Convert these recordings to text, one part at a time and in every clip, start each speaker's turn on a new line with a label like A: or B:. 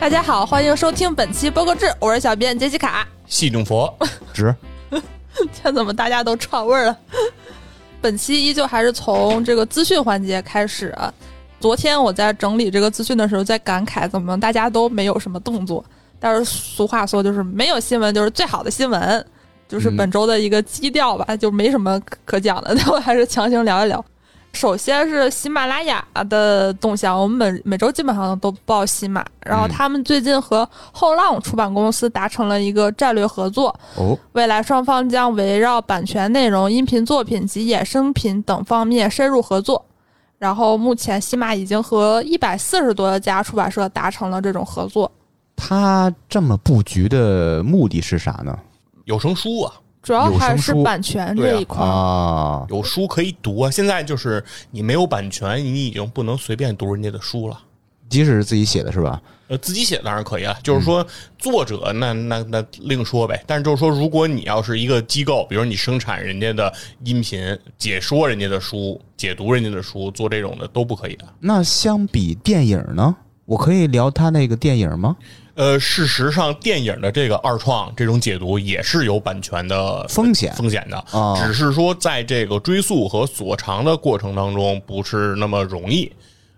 A: 大家好，欢迎收听本期播客制，我是小编杰西卡。
B: 戏中佛，
C: 值
A: 这怎么大家都串味儿了？本期依旧还是从这个资讯环节开始啊。昨天我在整理这个资讯的时候，在感慨怎么大家都没有什么动作。但是俗话说，就是没有新闻就是最好的新闻，就是本周的一个基调吧，就没什么可讲的。但 我还是强行聊一聊。首先是喜马拉雅的动向，我们每每周基本上都报喜马，然后
B: 嗯
A: 他们最近和后浪出版公司达成了一个战略合作，
C: 哦，
A: 未来双方将围绕版权内容、音频作品及衍生品等方面深入合作。然后，目前西马已经和一百四十多家出版社达成了这种合作，
C: 他这么布局的目的是啥呢？
B: 有声书啊，
A: 主要
C: 有声
A: 还是
C: 书
A: 版权
B: 对
A: 这
B: 啊
A: 一块。
C: 啊，
B: 有书可以读啊。现在就是你没有版权，你已经不能随便读人家的书了。
C: 即使是自己写的是吧？
B: 呃，自己写当然可以啊，就是
C: 嗯
B: 说作者那那那另说呗。但是就是说，如果你要是一个机构，比如你生产人家的音频、解说人家的书、解读人家的书，做这种的都不可以啊的。
C: 那相比电影呢？我可以聊他那个电影吗？
B: 呃，事实上，电影的这个二创这种解读也是有版权的
C: 风险
B: 风险的，
C: 哦
B: 只是说在这个追溯和索偿的过程当中不是那么容易。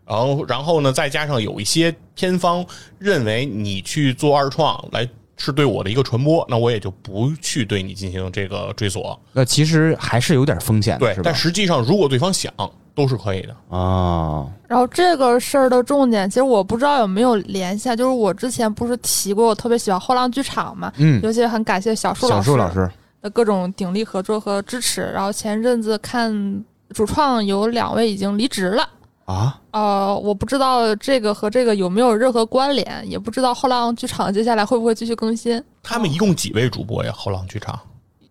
B: 然后，然后呢，再加上有一些片方认为你去做二创来是对我的一个传播，那我也就不去对你进行这个追索。
C: 那其实还是有点风险的，
B: 对
C: 啊是，吧
B: 但？实际上如果对方想，都是可以的。
C: 啊，
A: 然后这个事儿的重点，其实我不知道有没有联系啊，就是我之前不是提过，我特别喜欢后浪剧场嘛，
C: 嗯，
A: 尤其很感谢小树
C: 小树老
A: 师
C: 师，
A: 的各种鼎力合作和支持。然后前阵子看主创有两位已经离职了。
C: 啊，
A: 呃，我不知道这个和这个有没有任何关联，也不知道后浪剧场接下来会不会继续更新。
B: 他们一共几位主播呀？后浪剧场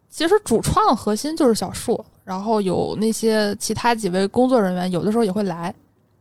A: 其实主创核心就是小树，然后有那些其他几位工作人员，有的时候也会来，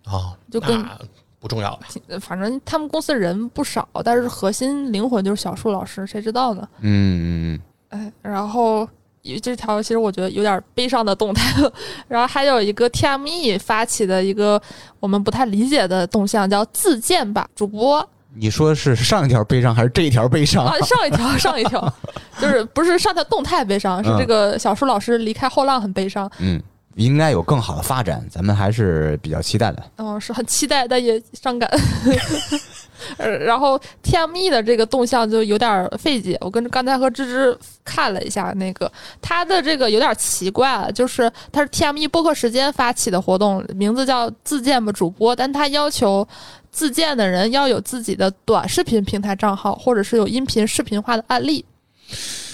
B: 啊，
A: 就跟
B: 那不重要呗。
A: 呃反正他们公司人不少，但是核心灵魂就是小树老师，谁知道呢？
C: 嗯嗯
A: 哎，然后有这条其实我觉得有点悲伤的动态了。然后还有一个 TME 发起的一个我们不太理解的动向，叫自荐吧主播。
C: 嗯，你说是上一条悲伤还是这一条悲伤？
A: 啊，上一条，上一条，就是不是上条动态悲伤，是
C: 嗯
A: 这个小舒老师离开后浪很悲伤。
C: 嗯，应该有更好的发展，咱们还是比较期待的。
A: 嗯，是很期待，但也伤感。 呃然后 TME 的这个动向就有点费解，我跟刚才和芝芝看了一下那个，它的这个有点奇怪啊，就是它是 TME 播客时间发起的活动，名字叫自建吧主播，但它要求自建的人要有自己的短视频平台账号，或者是有音频视频化的案例。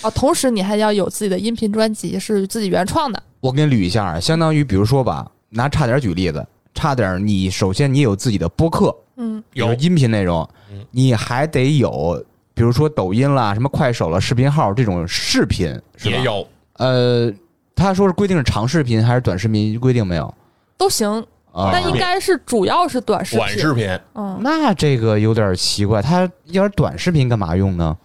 A: 哦，同时你还要有自己的音频专辑是自己原创的，
C: 我给你捋一下啊，相当于比如说吧，拿差点举例子，差点你首先你有自己的播客，
A: 嗯，
B: 有
C: 音频内容
B: 嗯，
C: 你还得有，比如说抖音啦、什么快手了、视频号这种视频，是吧
B: 也。有，
C: 呃，他说是规定是长视频还是短视频，规定没有
A: 都行，
C: 啊？
A: 但应该是主要是短视频，
B: 短视频。
A: 嗯，
C: 那这个有点奇怪，他要是短视频干嘛用呢？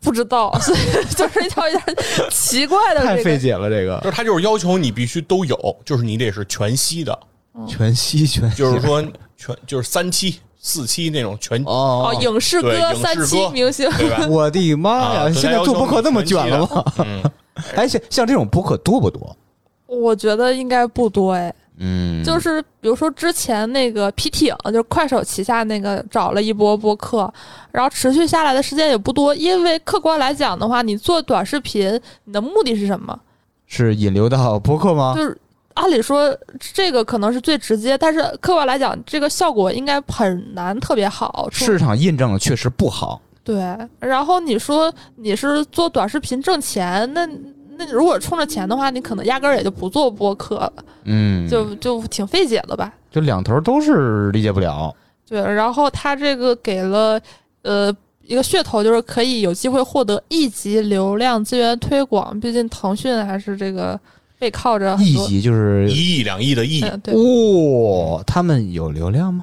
A: 不知 道，所以就是一条有点奇怪的这个。
C: 解了，这
B: 就
C: 个
B: 是他就是要求你必须都有，就是你得是全息的，
C: 全息全 息
B: 就是说全就是三期、四期那种全，
A: 哦，
C: 哦，
A: 影视
B: 对
A: 歌
B: 影视
A: 三期
B: 歌
A: 明星，
B: 对吧？
C: 我的妈
B: 啊
C: 呀！现在做播客那么卷了吗？
B: 嗯，
C: 哎，像像这种播客多不多？
A: 我觉得应该不多哎。
C: 嗯
A: 就是比如说之前那个皮艇，就是快手旗下那个找了一波播客，然后持续下来的时间也不多，因为客观来讲的话，你做短视频，你的目的是什么？
C: 是引流到播客
B: 啊
C: 吗？
A: 就是按理说这个可能是最直接，但是客观来讲，这个效果应该很难特别好。除
C: 市场印证了确实不好，
A: 对，然后你说你是做短视频挣钱，那那如果冲着钱的话，你可能压根儿也就不做播客了，
C: 嗯，
A: 就就挺费解的吧。
C: 就两头都是理解不了。
A: 对，然后他这个给了呃一个噱头，就是可以有机会获得一级流量资源推广，毕竟腾讯还是这个背靠着很
C: 一
A: 多。
C: 级就是
B: 一亿两亿的亿，
A: 嗯，对，
C: 哦，他们有流量吗？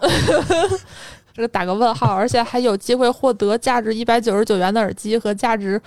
A: 这个打个问号，而且还有机会获得价值一百九十九元的耳机和价值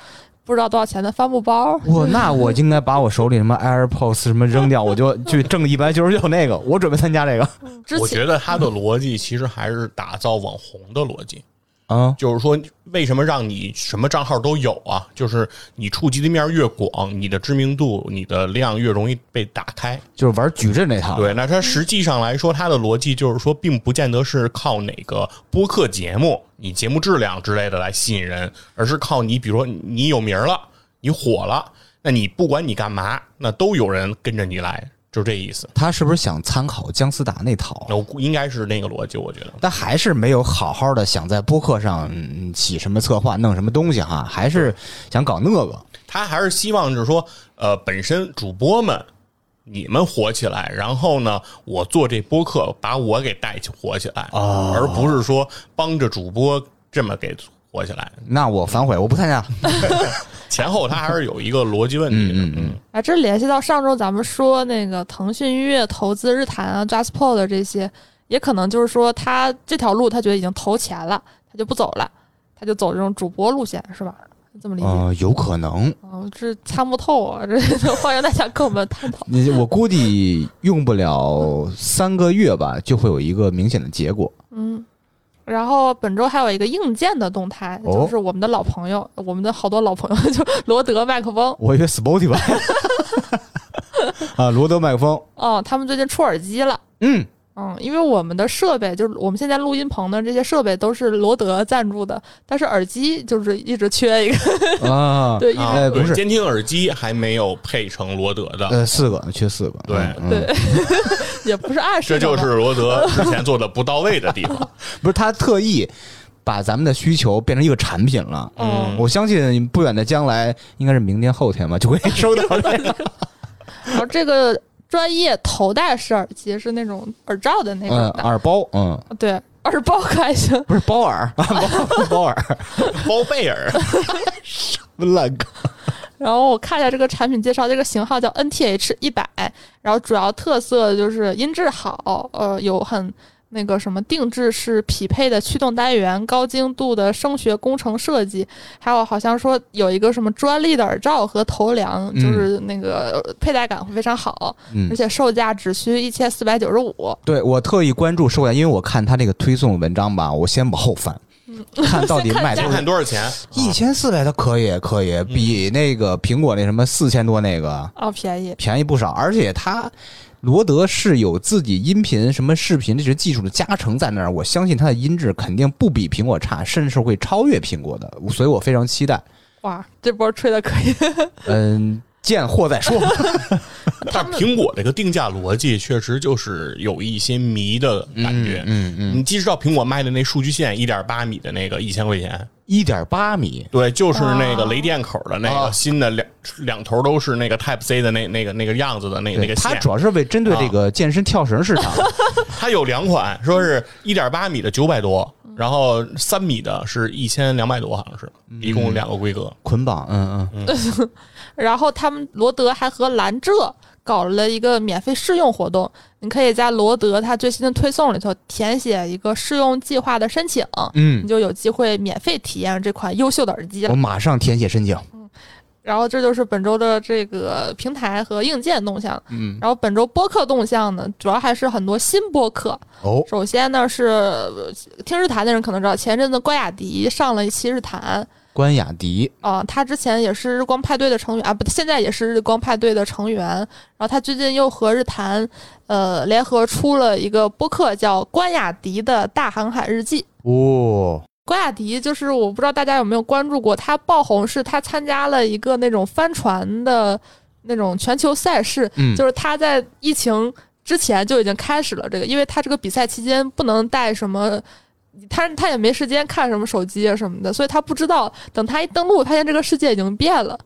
A: 不知道多少钱的帆布包。
C: 我那我应该把我手里什么 AirPods 什么扔掉，我就去挣一百九十九那个，我准备参加这个。
A: 之
B: 我
A: 前
B: 觉得他的逻辑其实还是打造网红的逻辑，
C: 啊，
B: 就是说，为什么让你什么账号都有啊？就是你触及的面越广，你的知名度、你的量越容易被打开。
C: 就是玩矩阵这套。，
B: 对，那它实际上来说，它的逻辑就是说，并不见得是靠哪个播客节目、你节目质量之类的来吸引人，而是靠你，比如说你有名儿了，你火了，那你不管你干嘛，那都有人跟着你来，就这意思。
C: 他是不是想参考姜思达那套？
B: 那我估应该是那个逻辑，我觉得。
C: 但还是没有好好的想在播客上嗯起什么策划，弄什么东西哈，还是想搞那个。
B: 他还是希望就是说，呃，本身主播们你们火起来，然后呢，我做这播客把我给带起火起来，
C: 哦
B: 而不是说帮着主播这么给火起来。
C: 那我反悔，我不参加。
B: 前后他还是有一个逻辑问题的。
C: 嗯嗯嗯
A: 啊，这联系到上周咱们说那个腾讯音乐投资日坛啊、JustPod 的这些，也可能就是说他这条路他觉得已经投钱了，他就不走了，他就走这种主播路线，是吧？这么理解？
C: 呃，有可能，
A: 哦，这参不透啊！这 欢迎大家跟我们探讨。
C: 你我估计用不了三个月吧，就会有一个明显的结果。
A: 嗯，然后本周还有一个硬件的动态，
C: 哦
A: 就是我们的老朋友，我们的好多老朋友，就罗德麦克风，
C: 我以为 Spotify 啊，罗德麦克风，
A: 哦，他们最近出耳机了。
C: 嗯，
A: 嗯，因为我们的设备就是我们现在录音棚的这些设备都是罗德赞助的，但是耳机就是一直缺一个，
C: 啊，
A: 对，一直、
B: 啊，
C: 哎
B: 对
C: 不是
B: 监听耳机还没有配成罗德的，
C: 呃，四个缺四个，
B: 对
C: 嗯
A: 对，也不是暗示
B: 这
A: 什么，
B: 就是罗德之前做的不到位的地 方。
C: 不是他特意把咱们的需求变成一个产品了。
A: 嗯，
C: 哦我相信不远的将来，应该是明天后天吧，就会收到这个。
A: 然后这个专业头戴式耳机是那种耳罩的那种
C: 嗯，
A: 的，
B: 啊
C: 耳包，嗯，
A: 对，耳包可还行，
C: 不是包耳，包包耳，
B: 包贝 尔，
C: 烂梗。
A: 然后我看一下这个产品介绍，这个型号叫 NTH 一百，然后主要特色就是音质好，呃，有很那个什么定制式匹配的驱动单元，高精度的声学工程设计，还有好像说有一个什么专利的耳罩和头梁，
C: 嗯
A: 就是那个呃佩戴感会非常好，而
C: 嗯，
A: 且售价只需一千四百九十五。
C: 对我特意关注售价，因为我看他那个推送文章吧，我先往后翻，嗯看到底卖
B: 先
C: 多少
B: 看。多少钱？啊
C: 一千四百的可以，可以，比那个苹果那什么四千多那个
A: 哦，便宜，
C: 便宜不少，而且它。罗德是有自己音频什么视频这些技术的加成在那儿，我相信它的音质肯定不比苹果差，甚至会超越苹果的，所以我非常期待。
A: 哇，这波吹的可以。
C: 嗯，见货再说。
B: 但苹果这个定价逻辑确实就是有一些迷的感觉。
C: 嗯嗯，
B: 你既知道苹果卖的那数据线一点八米的那个一千块钱，
C: 一点八米，
B: 对，就是那个雷电口的那
C: 啊
B: 个新的两两头都是那个 Type C 的那那个那个样子的那那
C: 对
B: 个
C: 它
B: 线
C: 主，要是为针对这个健身跳绳市场。
B: 它有两款，说是一点八米的九百多，然后三米的是一千两百多，好像是，
C: 嗯
B: 一共两个规格。
C: 捆绑，嗯嗯，
A: 然后他们罗德还和兰浙搞了一个免费试用活动，你可以在罗德它最新的推送里头填写一个试用计划的申请，你
C: 嗯，
A: 就有机会免费体验这款优秀的耳机
C: 我
A: 了。
C: 马上填写申请。
A: 然后这就是本周的这个平台和硬件动向。
C: 嗯，
A: 然后本周播客动向呢，主要还是很多新播客。
C: 哦，
A: 首先呢是呃听日坛的人可能知道，前阵子关雅迪上了一期日坛，
C: 关雅迪，
A: 啊、他之前也是日光派对的成员啊，不，现在也是日光派对的成员。然后他最近又和日坛呃联合出了一个播客，叫《关雅迪的大航海日记》。
C: 哦，
A: 关雅迪就是我不知道大家有没有关注过，他爆红是他参加了一个那种帆船的那种全球赛事，
C: 嗯，
A: 就是他在疫情之前就已经开始了这个，因为他这个比赛期间不能带什么。他他也没时间看什么手机啊什么的，所以他不知道。等他一登录，发现这个世界已经变了。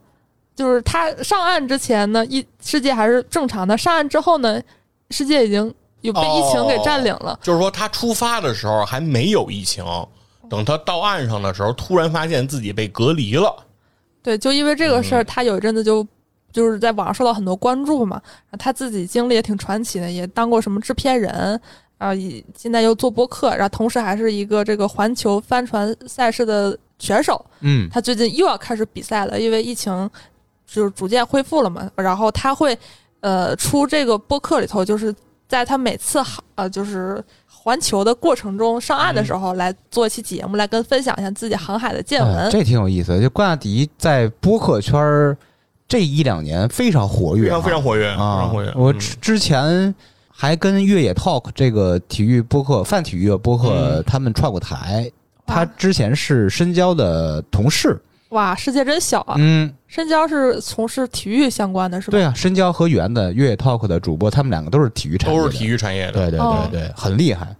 A: 就是他上岸之前呢，一世界还是正常的；上岸之后呢，世界已经有被疫情给占领了。
B: 就是说，他出发的时候还没有疫情，等他到岸上的时候，突然发现自己被隔离了。
A: 对，就因为这个事
C: 嗯
A: 儿，他有一阵子就就是在网上受到很多关注嘛。他自己经历也挺传奇的，也当过什么制片人，啊，以现在又做播客，然后同时还是一个这个环球帆船赛事的选手。
C: 嗯，
A: 他最近又要开始比赛了，因为疫情就是逐渐恢复了嘛。然后他会呃出这个播客里头，就是在他每次航呃就是。环球的过程中上
C: 嗯
A: 岸的时候来做一期节目，来跟分享一下自己航海的见
C: 哎
A: 闻。
C: 这挺有意思的。就关雅迪在播客圈儿这一两年非常活跃
B: 非
C: 啊、
B: 常非常活跃，非
C: 啊
B: 常活跃。！
C: 我
B: 嗯
C: 之之前还跟越野 Talk 这个体育播客、泛体育播客
B: 嗯
C: 他们串过台。他
A: 哇
C: 之前是深交的同事，
A: 哇，世界真小啊！
C: 嗯，
A: 深交是从事体育相关的，是吧？
C: 对啊，深交和原的越野 Talk 的主播，他们两个都是体育产业，
B: 都是体
C: 育，
B: 育产业的，
C: 对对
A: 哦
C: 对对，很厉害。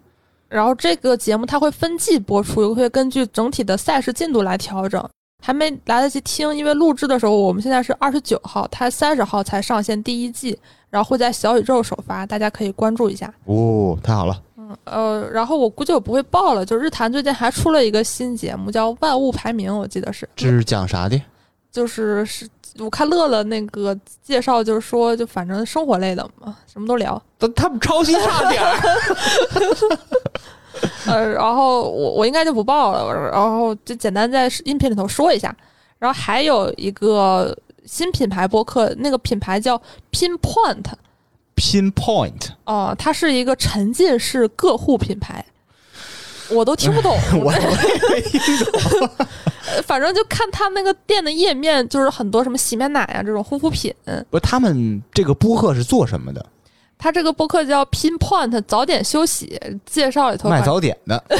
A: 然后这个节目它会分季播出，会根据整体的赛事进度来调整。还没来得及听，因为录制的时候我们现在是二十九号，它三十号才上线第一季，然后会在小宇宙首发，大家可以关注一下。
C: 哦，太好了，
A: 嗯，呃，然后我估计我不会爆了，就日坛最近还出了一个新节目叫《万物排名》，我记得是，
C: 这是讲啥的？
A: 就是是我看乐乐那个介绍，就是说就反正生活类的嘛，什么都聊。
C: 他他们抄袭差点儿，
A: 呃，然后我我应该就不报了，然后就简单在音频里头说一下。然后还有一个新品牌播客，那个品牌叫 Pinpoint，
C: pinpoint，
A: 哦、它是一个沉浸式个护品牌，我都听不懂
C: ，我我也没听懂。
A: 呃 反正就看它那个店的页面，就是很多什么洗面奶啊这种护肤品。
C: 不是他们这个播客是做什么的？
A: 它这个播客叫 Pinpoint，早点休息，介绍里头
C: 卖
A: 把
C: 早点的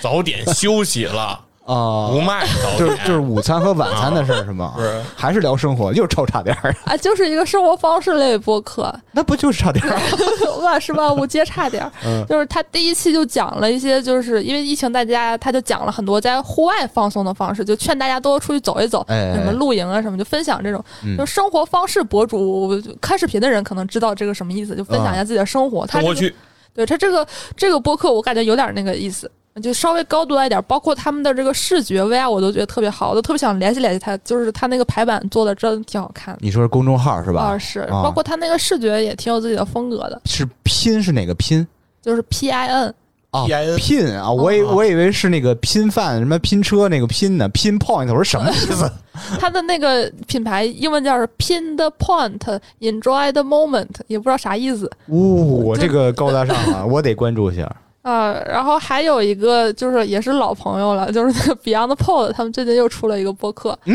B: 早点休息了，
C: 啊
B: 不，卖早
C: 就是
B: 点，
C: 就是午餐和晚餐的事儿是 吗
B: 不？是
C: 还是聊生活，又是抄差点儿，
A: 啊，就是一个生活方式类播客，
C: 那不就是差点儿？
A: 万事万物皆差点儿。
C: 嗯
A: 就是他第一期就讲了一些，就是因为疫情在家，他就讲了很多在户外放松的方式，就劝大家多出去走一走，
C: 哎哎哎
A: 什么露营啊什么，就分享这种。
C: 嗯
A: 就生活方式博主看视频的人可能知道这个什么意思，就分享一
C: 啊
A: 下自己的生活。他
B: 中
A: 这
B: 国
A: 个
B: 区
A: 对他这个这个播客，我感觉有点那个意思，就稍微高端一点。包括他们的这个视觉 VR，我都觉得特别好，我都特别想联系联系他。就是他那个排版做的真的挺好看的
C: 你说是公众号是吧
A: 啊，？是，
C: 啊
A: 包括他那个视觉也挺有自己的风格的，
C: 是拼是哪个拼？
A: 就是 P I N
C: 哦
B: PIN
C: 拼啊！我以我以为是那个拼饭什么拼车那个拼呢，拼 point，我说什么意思？
A: 它的那个品牌英文叫是 Pin the Point Enjoy the Moment，也不知道啥意思
C: 呜，我这个高大上 啊，我得关注一下。
A: 啊、然后还有一个就是也是老朋友了，就是那个 Beyond Pod，他们最近又出了一个播客，嗯，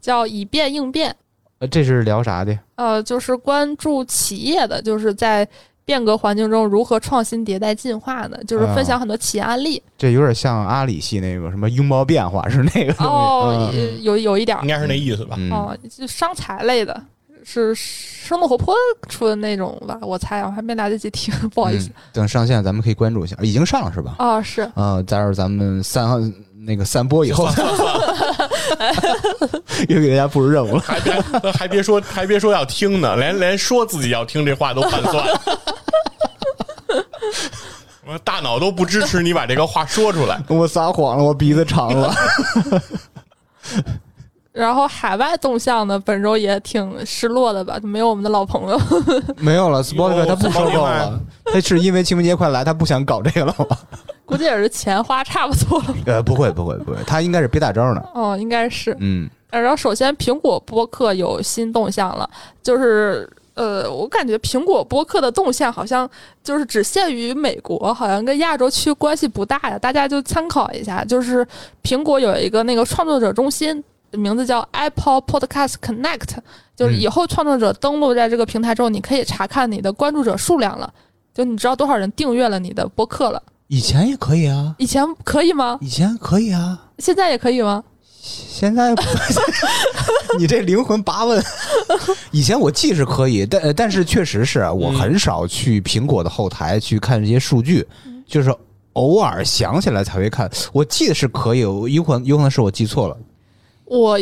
A: 叫以变应变，
C: 呃这是聊啥的？
A: 呃，就是关注企业的，就是在变革环境中如何创新、迭代、进化的，就是分
C: 啊
A: 享很多企业案例。
C: 这有点像阿里系那个什么拥抱变化是那个东西。
A: 哦，
C: 嗯
A: 也有有一点儿
B: 应该是那意思吧？
C: 嗯
A: 哦，就商财类的，是生动活泼出的那种吧，我猜啊，我还没来得及听， 不好意思。
C: 嗯等上线咱们可以关注一下，已经上了是吧？
A: 啊，是
C: 啊，待会儿咱们散号那个散播以 后，又给大家布置任务了。
B: 还别 还别说还别说要听呢，连连说自己要听这话都盘算。 我大脑都不支持你把这个话说出来。
C: 我撒谎了，我鼻子长了。
A: 然后海外动向呢，本周也挺失落的吧，就没有我们的老朋友。
C: 没有了，Spotify 他不收购了，他是因为清明节快来，他不想搞这个了吗？
A: 估计也是钱花差不多了。
C: 呃，不会，不会，不会，他应该是别打招呢。
A: 哦，应该是。
C: 嗯，
A: 呃然后首先苹果播客有新动向了，就是呃，我感觉苹果播客的动向好像就是只限于美国，好像跟亚洲区关系不大呀。大家就参考一下，就是苹果有一个那个创作者中心。名字叫 Apple Podcast Connect，就是以后创作者登录在这个平台之后，你可以查看你的关注者数量了，就你知道多少人订阅了你的播客了。
C: 以前也可以啊，
A: 以前可以吗？
C: 以前可以啊，
A: 现在也可以吗？
C: 现在不你这灵魂八问，以前我记是可以，但呃但是确实是我很少去苹果的后台去看这些数据，就是偶尔想起来才会看。我记得是可以，我有可能有可能是我记错了。
A: 我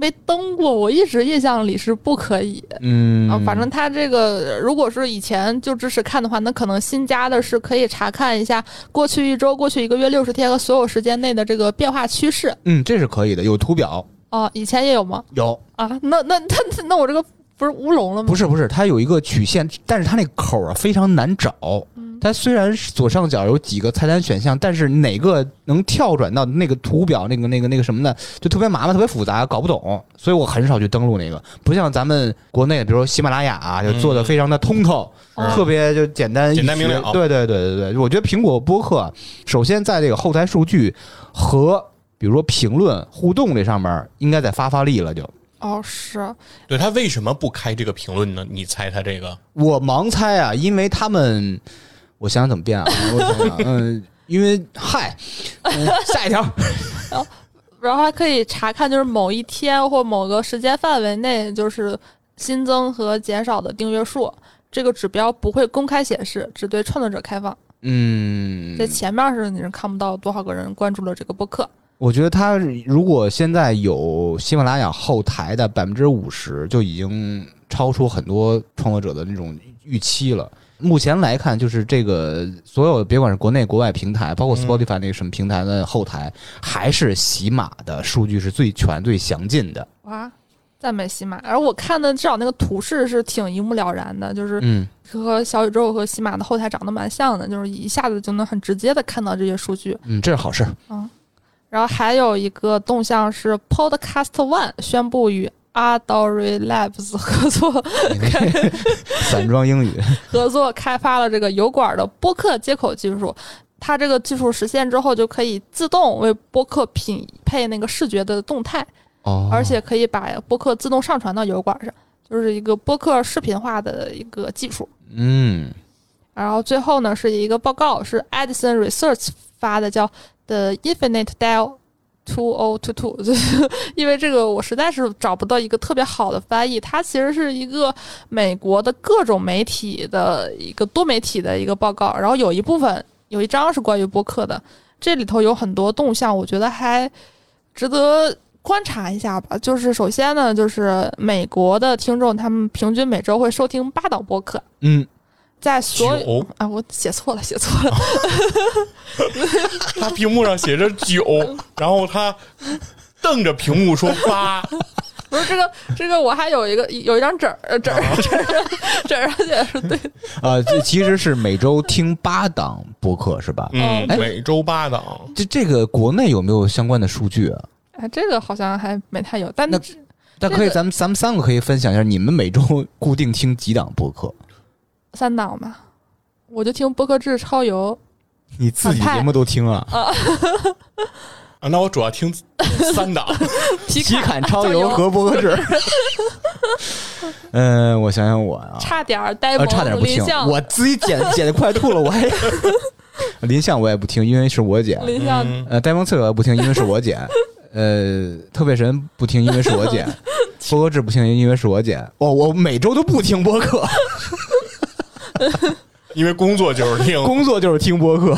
A: 没登过，我一直印象里是不可以。
C: 嗯，
A: 啊，反正它这个如果是以前就支持看的话，那可能新加的是可以查看一下过去一周、过去一个月、六十天和所有时间内的这个变化趋势
C: 嗯，这是可以的，有图表，
A: 啊。以前也有吗？
C: 有。
A: 啊，那那那那那我这个不是乌龙了吗？
C: 不是不是，它有一个曲线，但是它那口儿啊非常难找，
A: 嗯
C: 它虽然是左上角有几个菜单选项，但是哪个能跳转到那个图表那个那个那个什么的，就特别麻烦，特别复杂，搞不懂。所以我很少去登录那个，不像咱们国内，比如说喜马拉雅、啊，就做的非常的通透，
A: 嗯
C: 特别就简单
B: 简单
C: 一学
B: 明了
C: 对对对对对，我觉得苹果播客首先在这个后台数据和比如说评论互动这上面，应该再发发力了就。
A: 哦，是，
B: 对他为什么不开这个评论呢？你猜他这个
C: 我盲猜啊，因为他们，我想想怎么变啊，我想想，嗯，因为嗨，嗯下一条，
A: 然后还可以查看，就是某一天或某个时间范围内，就是新增和减少的订阅数。这个指标不会公开显示，只对创作者开放。
C: 嗯
A: 在，前面是你是看不到多少个人关注了这个播客。
C: 我觉得他如果现在有喜马拉雅后台的百分之五十，就已经超出很多创作者的那种预期了。目前来看，就是这个所有，别管是国内国外平台，包括
B: 嗯
C: Spotify 那个什么平台的后台，还是喜马的数据是最全、最详尽的。
A: 哇，赞美喜马。而我看的至少那个图示是挺一目了然的，就是
C: 嗯，
A: 和小宇宙和喜马的后台长得蛮像的，就是一下子就能很直接的看到这些数据。
C: 嗯，这是好事。
A: 然后还有一个动向是 Podcast One 宣布与 Adobe Labs 合作，
C: 散装英语，
A: 合作开发了这个油管的播客接口技术。它这个技术实现之后，就可以自动为播客匹配那个视觉的动态，
C: 哦
A: 而且可以把播客自动上传到油管上，就是一个播客视频化的一个技术。
C: 嗯，
A: 然后最后呢是一个报告，是 Edison Research 发的，叫 The Infinite Dial。Two O Two Two，就是 因为这个我实在是找不到一个特别好的翻译。它其实是一个美国的各种媒体的一个多媒体的一个报告，然后有一部分有一章是关于播客的，这里头有很多动向，我觉得还值得观察一下吧。就是首先呢，就是美国的听众他们平均每周会收听八档播客，
C: 嗯，
A: 在所有
B: 九，
A: 啊，我写错了，写错了。
B: 他屏幕上写着九，然后他瞪着屏幕说八，
A: 不是这个，这个我还有一个有一张纸儿，呃纸
C: 哦
A: 儿纸儿纸儿上写是对，
C: 呃，这其实是每周听八档播客是吧？
B: 嗯，
A: 哦
C: 哎
B: 每周八档，
C: 这这个国内有没有相关的数据啊？
A: 哎，这个好像还没太有，但
C: 那
A: 是
C: 但
A: 这
C: 可以，
A: 个
C: 咱们咱们三个可以分享一下，你们每周固定听几档播客？
A: 三档吧，我就听播客制超游，
C: 你自己
A: 反派
C: 节目都听啊？
A: 哦
B: 啊，那我主要听 三档，
A: 皮
C: 体
A: 卡
C: 感超游
A: 油
C: 和播客制。嗯，我想想我啊，
A: 差点儿呆
C: 呃，
A: 萌，
C: 差点不
A: 林
C: 听，
A: 相
C: 我自己剪剪的快吐了，我还 林相我也不听，因为是我剪。
A: 林相
B: 嗯，
C: 呃，呆萌刺客不听，因为是我剪。呃，特费神不听，因为是我剪。播客制不听，因为是我剪。我、哦我每周都不听播 客，
B: 因为工作就是听。
C: 工作就是听播客。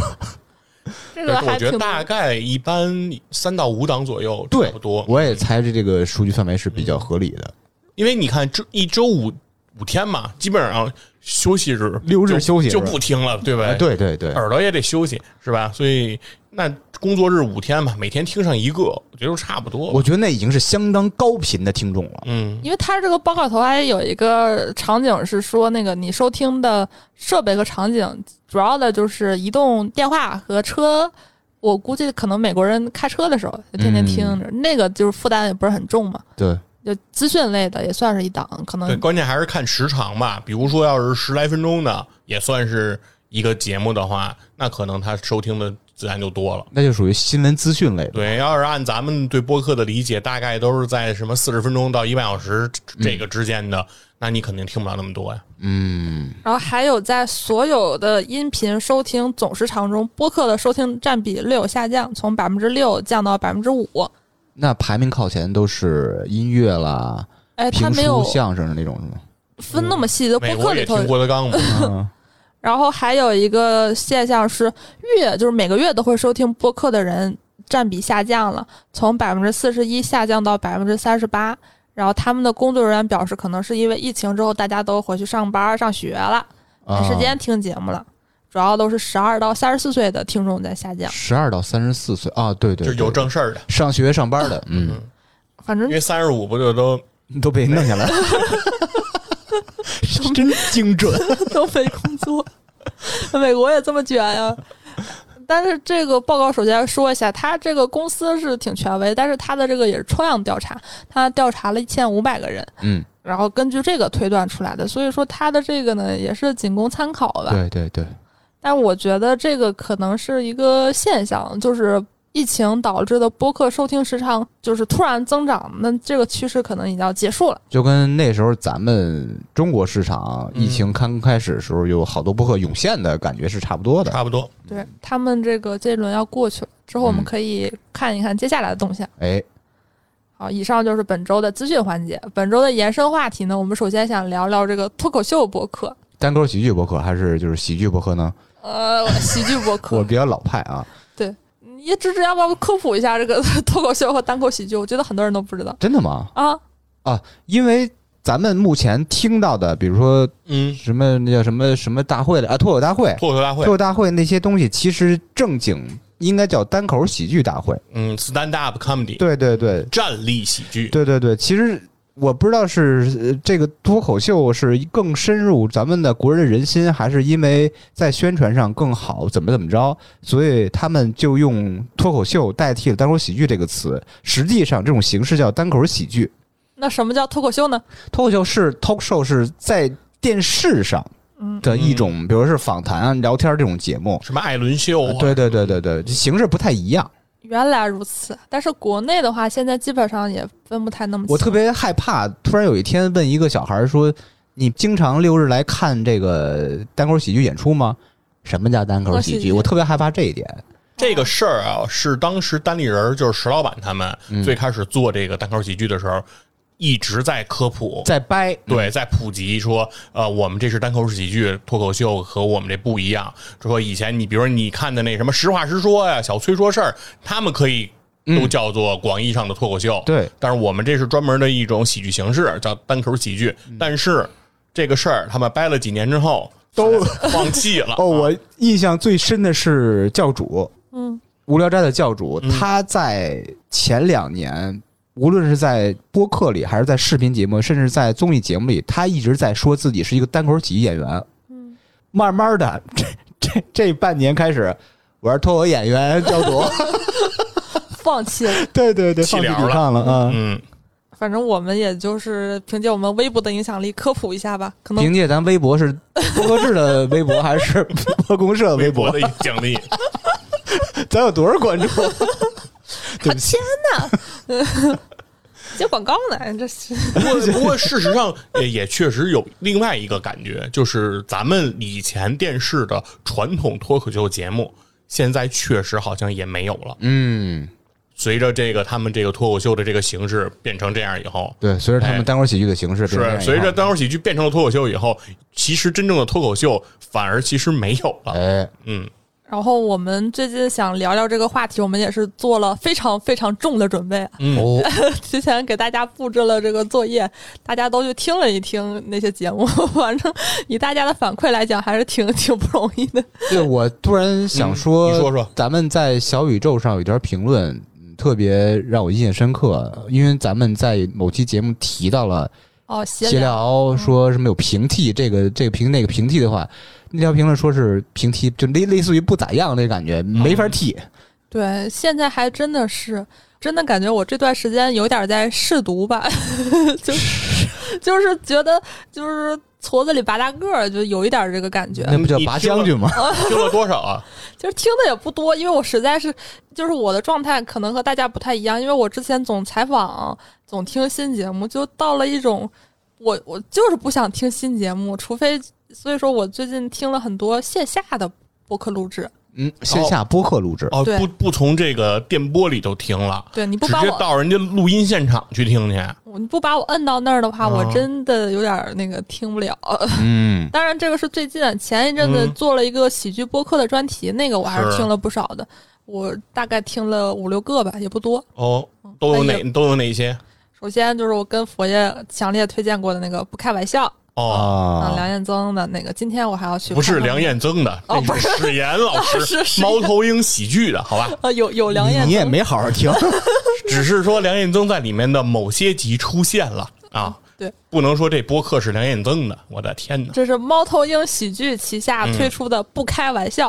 A: 这
B: 对
A: 个
B: 我
A: 还
B: 觉
A: 挺
B: 得大概一般三到五档左右，差不多。
C: 我也猜这这个数据范围是比较合理的。
B: 因为你看，这一周五五天嘛，基本上休息日
C: 嗯六日
B: 就
C: 休息日
B: 就不听了，对吧？
C: 哎，，对对对，
B: 耳朵也得休息，是吧？所以那工作日五天嘛，每天听上一个，我觉得就差不多。
C: 我觉得那已经是相当高频的听众了。
B: 嗯，
A: 因为它这个报告头还有一个场景是说，那个你收听的设备和场景，主要的就是移动电话和车。我估计可能美国人开车的时候就天
C: 嗯
A: 天听着，那个就是负担也不是很重嘛。
C: 对，
A: 就资讯类的也算是一档，可
B: 对，
A: 能
B: 关键还是看时长吧。比如说，要是十来分钟的，也算是一个节目的话，那可能他收听的自然就多了。
C: 那就属于新闻资讯类的。
B: 对，要是按咱们对播客的理解，大概都是在什么四十分钟到一半小时这这个之间的，那你肯定听不了那么多呀。
C: 嗯，
A: 然后还有在所有的音频收听总时长中，播客的收听占比略有下降，从百分之六降到百分之五。
C: 那排名靠前都是音乐啦、
A: 哎，它
C: 评
A: 没有
C: 书、相声的那种是吗？
A: 分那么细的，播
B: 美
A: 客
B: 国
A: 里
B: 嗯也
A: 头
B: 听郭德纲嘛，
C: 嗯，
A: 然后还有一个现象是月，就是每个月都会收听播客的人占比下降了，从百分之四十一下降到百分之三十八。然后他们的工作人员表示，可能是因为疫情之后大家都回去上班上学了，没时间听节目了。主要都是十二到三十四岁的听众在下降，
C: 啊十二到三十四岁啊，对对，
B: 就是有
C: 对
B: 正事儿的。
C: 上学上班的，嗯，
A: 反正
B: 因为三十五不就都
C: 都被弄下来了，真精准。
A: 都没工作。美国也这么卷呀、但是这个报告首先说一下，它这个公司是挺权威，但是它的这个也是抽样调查，它调查了一千五百个人，
C: 嗯，
A: 然后根据这个推断出来的，所以说它的这个呢也是仅供参考吧。
C: 对对对，
A: 但我觉得这个可能是一个现象，就是疫情导致的播客收听时长就是突然增长，那这个趋势可能已经要结束了。
C: 就跟那时候咱们中国市场
B: 嗯
C: 疫情刚开始的时候，有好多播客涌现的感觉是差不多的。
B: 差不多。
A: 对他们这个这一轮要过去了之后，我们
C: 嗯
A: 可以看一看接下来的动向。
C: 哎，
A: 好，以上就是本周的资讯环节。本周的延伸话题呢，我们首先想聊聊这个脱口秀博客，
C: 单口喜剧播客还是就是喜剧播客呢？
A: 呃，喜剧博
C: 我
A: 客。
C: 比较老派啊，
A: 你芝芝要不要科普一下这个 脱口秀和单口喜剧？我觉得很多人都不知道
C: 真的吗？
A: 啊。
C: 因为咱们目前听到的，比如说
B: 嗯，
C: 什么那叫什么什么大会的啊，脱口大会，
B: 脱口秀大
C: 脱
B: 会，
C: 口大会那些东西，其实正经应该叫单口喜剧大会。
B: 嗯，stand up comedy，
C: 对对对
B: 站立喜剧，
C: 对对对，其实。我不知道是呃这个脱口秀是更深入咱们的国人的人心，还是因为在宣传上更好，怎么怎么着，所以他们就用脱口秀代替了单口喜剧这个词。实际上，这种形式叫单口喜剧。
A: 那什么叫脱口秀呢？
C: 脱口秀是 talk show 是在电视上
A: 嗯
C: 的一种，比如是访谈啊、聊天这种节目。
B: 什么艾伦秀啊，
C: 呃对对对对对，形式不太一样。
A: 原来如此，但是国内的话，现在基本上也分不太那么清。
C: 我特别害怕，突然有一天问一个小孩儿说：“你经常六日来看这个单口喜剧演出吗？”什么叫单口喜
A: 单口喜
C: 剧？
A: 剧
C: 我特别害怕这一点。
B: 这个事儿啊，是当时单立人儿就是石老板他们
C: 嗯
B: 最开始做这个单口喜剧的时候，一直在科普，
C: 在掰，
B: 对，在普及说，呃，我们这是单口喜剧，脱口秀和我们这不一样。说以前你比如说你看的那什么《实话实说》呀，《小崔说事儿》，他们可以都叫做广义上的脱口秀，
C: 嗯对
B: 但是我们这是专门的一种喜剧形式，叫单口喜剧。
C: 嗯
B: 但是这个事儿他们掰了几年之后都放弃了。
C: 哦，我印象最深的是教
A: 啊
C: 主，
A: 嗯，
C: 无聊斋的教主，
B: 嗯
C: 他在前两年，无论是在播客里，还是在视频节目，甚至在综艺节目里，他一直在说自己是一个单口喜剧演员。
A: 嗯，
C: 慢慢的，这 这这半年开始，我是脱口演员 教主，
A: 放弃了。
C: 对对对，
B: 弃
C: 放弃
B: 疗
C: 抵
B: 了
C: 抗了啊！
B: 嗯，
A: 反正我们也就是凭借我们微博的影响力科普一下吧。可能
C: 凭借咱微博是播客制的微博还是播公社的微
B: 微博
C: 博？
B: 的奖 励。嗯
C: 咱有多少关注？ 对不起，
A: 接广告呢，这是
B: 不过，不过事实上也也确实有另外一个感觉，就是咱们以前电视的传统脱口秀节目，现在确实好像也没有了。
C: 嗯，
B: 随着这个他们这个脱口秀的这个形式变成这样以后，
C: 对，随着他
B: 哎
C: 们单口喜剧的形式变成这样
B: 是
C: 以后，
B: 随着单口喜剧变成了脱口秀以后，其实真正的脱口秀反而其实没有了。
C: 哎，
B: 嗯，
A: 然后我们最近想聊聊这个话题，我们也是做了非常非常重的准备啊，
B: 嗯
C: 哦，
A: 提前给大家布置了这个作业，大家都去听了一听那些节目。 反正以大家的反馈来讲，还是挺挺不容易的。
C: 对我突然想说，
B: 嗯你说说，
C: 咱们在小宇宙上有一条评论，嗯特别让我印象深刻，因为咱们在某期节目提到了
A: 哦，闲
C: 闲聊，说什么有平替这个这个平那个平替的话，那条评论说是平替，就类类似于不咋样那感
B: 嗯
C: 觉，没法替。
A: 对，现在还真的是，真的感觉我这段时间有点在试毒吧， 就是就是觉得就是矬子里拔大个儿，就有一点这个感觉。
C: 那不叫
B: 你
C: 拔
B: 听了
C: 将军吗？
B: 听了多少啊？
A: 就是听的也不多，因为我实在是就是我的状态可能和大家不太一样，因为我之前总采访，总听新节目，就到了一种我我就是不想听新节目，除非所以说我最近听了很多线下的播客录制。
C: 嗯，线下播客录制，
B: 哦，
A: 对
B: 不不从这个电波里头听了，
A: 对，你不
B: 直
A: 把
B: 接
A: 我
B: 到人家录音现场去听去。
A: 我你不把我摁到那儿的话，
B: 哦
A: 我真的有点儿那个听不了。
C: 嗯，
A: 当然，这个是最近啊前一阵子
B: 嗯
A: 做了一个喜剧播客的专题，那个我还是
B: 是
A: 听了不少的，我大概听了五六个吧，也不多。
B: 哦，都
A: 哎
B: 有哪都有哪些？
A: 首先就是我跟佛爷强烈推荐过的那个《不开玩笑》
B: 哦，
A: 啊，梁
C: 啊，
A: 彦增的那个，今天我还要去
B: 不是
A: 看看
B: 梁彦增的，
A: 哦
B: 那是史 岩老
A: 是
B: 师
A: 史
B: 猫头鹰喜剧的，好吧？
A: 啊，有有梁彦
C: 你也
A: 增，
C: 没好好听，
B: 只是说梁彦增在里面的某些集出现了啊，
A: 对，
B: 不能说这播客是梁彦增的，我的天哪！
A: 这是猫头鹰喜剧旗下
B: 嗯
A: 推出的《不开玩笑》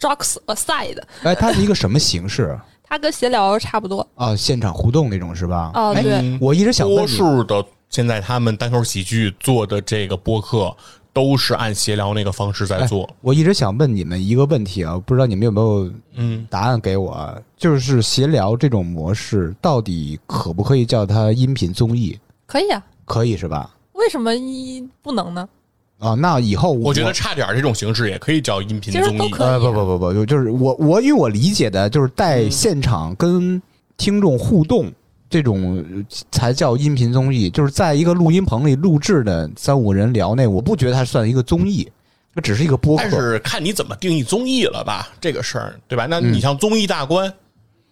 A: （Jokes Aside），
C: 哎，它是一个什么形式
A: 它跟闲聊差不多。
C: 啊？现场互动那种是吧？
A: 哦
C: 哎
A: 对
C: 我一直想问
B: 多
C: 你，
B: 数的现在他们单口喜剧做的这个播客都是按闲聊那个方式在做，
C: 我一直想问你们一个问题啊，不知道你们有没有
B: 嗯，
C: 答案给我啊？就是闲聊这种模式到底可不可以叫它音频综艺？
A: 可以啊，
C: 可以是吧？
A: 为什么一不能呢？
C: 啊，那以后
B: 我觉得差点儿这种形式也可以叫音频
A: 其实
B: 综
A: 都
B: 艺，
A: 可以
C: 呃，不不不不，就就是我我因为我理解的就是在现场跟听众互动这种呃才叫音频综艺，就是在一个录音棚里录制的三五人聊那，我不觉得它算一个综艺，这只是一个播
B: 但
C: 客。
B: 是看你怎么定义综艺了吧，这个事儿对吧？那
C: 嗯
B: 你像综艺大观，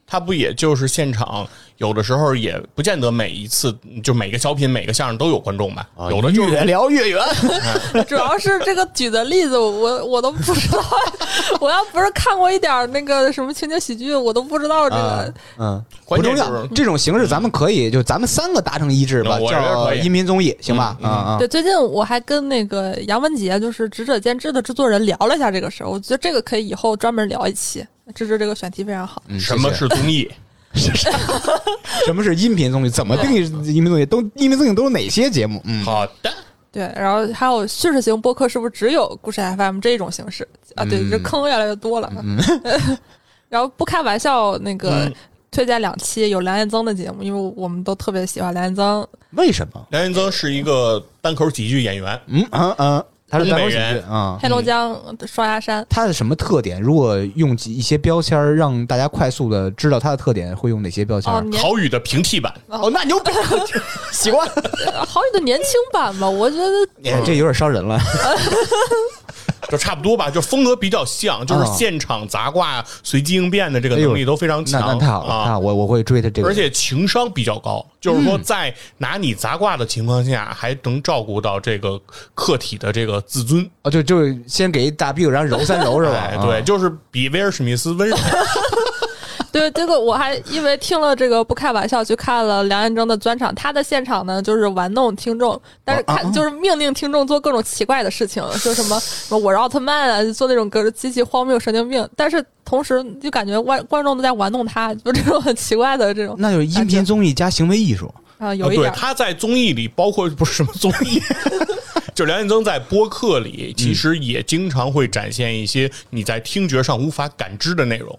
B: 它不也就是现场，有的时候也不见得每一次就每个小品、每个相声都有观众吧，有的就是
C: 啊越聊越远，
A: 主要是这个举的例子，我我都不知道。 我要不是看过一点儿那个什么情景喜剧，我都不知 道这个
C: 嗯。嗯，
B: 关
C: 不
B: 键
C: 重
B: 就
C: 要
B: 是。
C: 这种形式咱们可以，就咱们三个达成一致吧，
B: 嗯我觉得
C: 叫
B: 可以
C: 音频综艺，行吧？
B: 嗯嗯
C: 啊啊
A: 对，，最近我还跟那个杨文杰，就是《智者监制》的制作人聊了一下这个事儿，我觉得这个可以以后专门聊一期。芝芝这个选题非常好，
C: 嗯
B: 什么
C: 谢谢
B: 是综艺？
C: 什么是音频综艺？怎么定义音频综艺？都音频综艺都有哪些节目？嗯，
B: 好的，
A: 对，然后还有叙事型播客是不是只有故事 FM 这种形式啊？对，
C: 嗯
A: 这坑越来越多了。 然后不开玩笑，那个
B: 嗯
A: 推荐两期有梁彦增的节目，因为我们都特别喜欢梁彦增。
C: 为什么？
B: 梁云增是一个单口喜剧演员，
C: 嗯嗯嗯，他是
B: 东
C: 单
B: 北
C: 口喜剧
B: 人
C: 啊，嗯
A: 黑龙江双鸭山，
C: 它的什么特点？如果用几一些标签儿让大家快速的知道它的特点，会用哪些标签
A: 哦
C: 儿？，
A: 年
B: 郝宇的平替版。
C: 哦，那牛逼， 喜欢。
A: 呃好宇的年轻版吧，我觉得
C: 哎这有点伤人了。
B: 就差不多吧，就风格比较像，就是
C: 哦
B: 现场杂挂、随机应变的这个能
C: 哎
B: 力
C: 呦
B: 都非常强
C: 那那太好了，
B: 啊
C: 那！我我会追他这个。
B: 而且情商比较高，就是说在拿你杂挂的情况下，还能照顾到这个客体的这个自尊。
C: 哦，就就先给一大屁股，然后揉三揉是吧
B: 哎，？对，
C: 啊，
B: 就是比威尔史密斯温柔。
A: 对这个我还因为听了这个不开玩笑去看了梁彦征的专场，他的现场呢就是玩弄听众，但
B: 哦啊
A: 是看就是命令听众做各种奇怪的事情，说什 么什么我是奥特曼啊，就做那种各种极其荒谬神经病，但是同时就感觉观观众都在玩弄他，就这种很奇怪的这种
C: 那就是音频综艺加行为艺术。
A: 啊，有一
B: 哦对，
A: 点。
B: 他在综艺里，包括不是什么综艺，就梁彦增在播客里，其实也经常会展现一些你在听觉上无法感知的内容。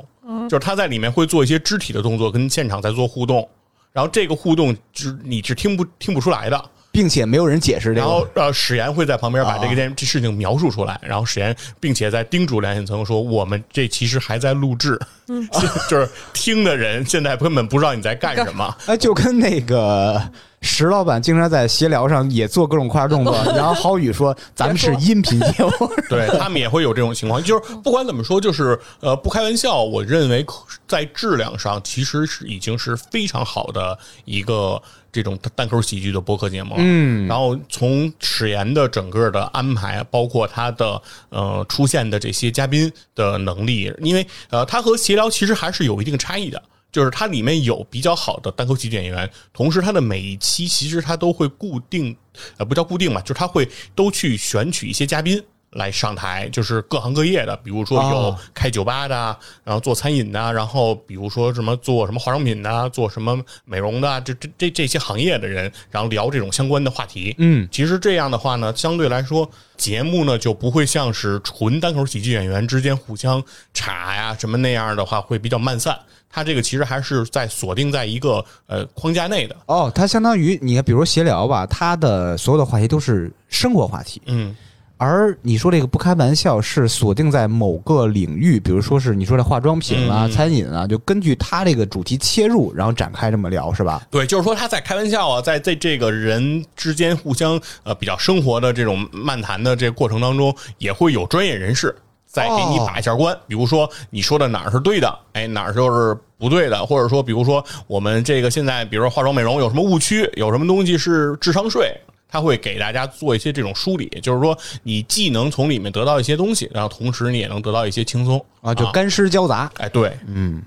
B: 就是他在里面会做一些肢体的动作，跟现场在做互动，然后这个互动是你是听不听不出来的。
C: 并且没有人解释这
B: 然
C: 个啊
B: 后，呃，史岩会在旁边把这个件、这事情描述出来，然后史岩并且在叮嘱梁彦增说：“我们这其实还在录制，嗯、 就是听的人现在根本不知道你在干什么。
C: 哎，就跟那个石老板经常在闲聊上也做各种夸张动作， 然后郝宇说：“咱们是音频节目。
B: 对他们也会有这种情况，就是不管怎么说，就是呃，不开玩笑，我认为可在质量上其实是已经是非常好的一个这种单口喜剧的播客节目了。嗯，然后从史岩的整个的安排，包括他的呃出现的这些嘉宾的能力，因为呃，他和协聊其实还是有一定差异的。就是它里面有比较好的单口喜剧演员，同时它的每一期其实它都会固定，呃，不叫固定吧，就是它会都去选取一些嘉宾来上台，就是各行各业的，比如说有
C: 哦
B: 开酒吧的啊，然后做餐饮的啊，然后比如说什么做什么化妆品的啊，做什么美容的啊，这这这这些行业的人，然后聊这种相关的话题。
C: 嗯，
B: 其实这样的话呢，相对来说节目呢就不会像是纯单口喜剧演员之间互相查呀什么那样的话，会比较漫散。它这个其实还是在锁定在一个呃框架内的。
C: 哦，它相当于你看，比如闲聊吧，它的所有的话题都是生活话题，
B: 嗯，
C: 而你说这个不开玩笑是锁定在某个领域，比如说是你说的化妆品啊、
B: 嗯
C: 餐饮啊，就根据它这个主题切入，然后展开这么聊，是吧？
B: 对，就是说他在开玩笑啊，在在这个人之间互相呃比较生活的这种漫谈的这个过程当中，也会有专业人士在给你
C: 哦
B: 把一下关。比如说你说的哪儿是对的，哎，哪儿就是不对的，或者说比如说我们这个现在，比如说化妆美容有什么误区，有什么东西是智商税。他会给大家做一些这种梳理，就是说你既能从里面得到一些东西，然后同时你也能得到一些轻松
C: 啊，就干湿交杂。
B: 哎，对，
C: 嗯，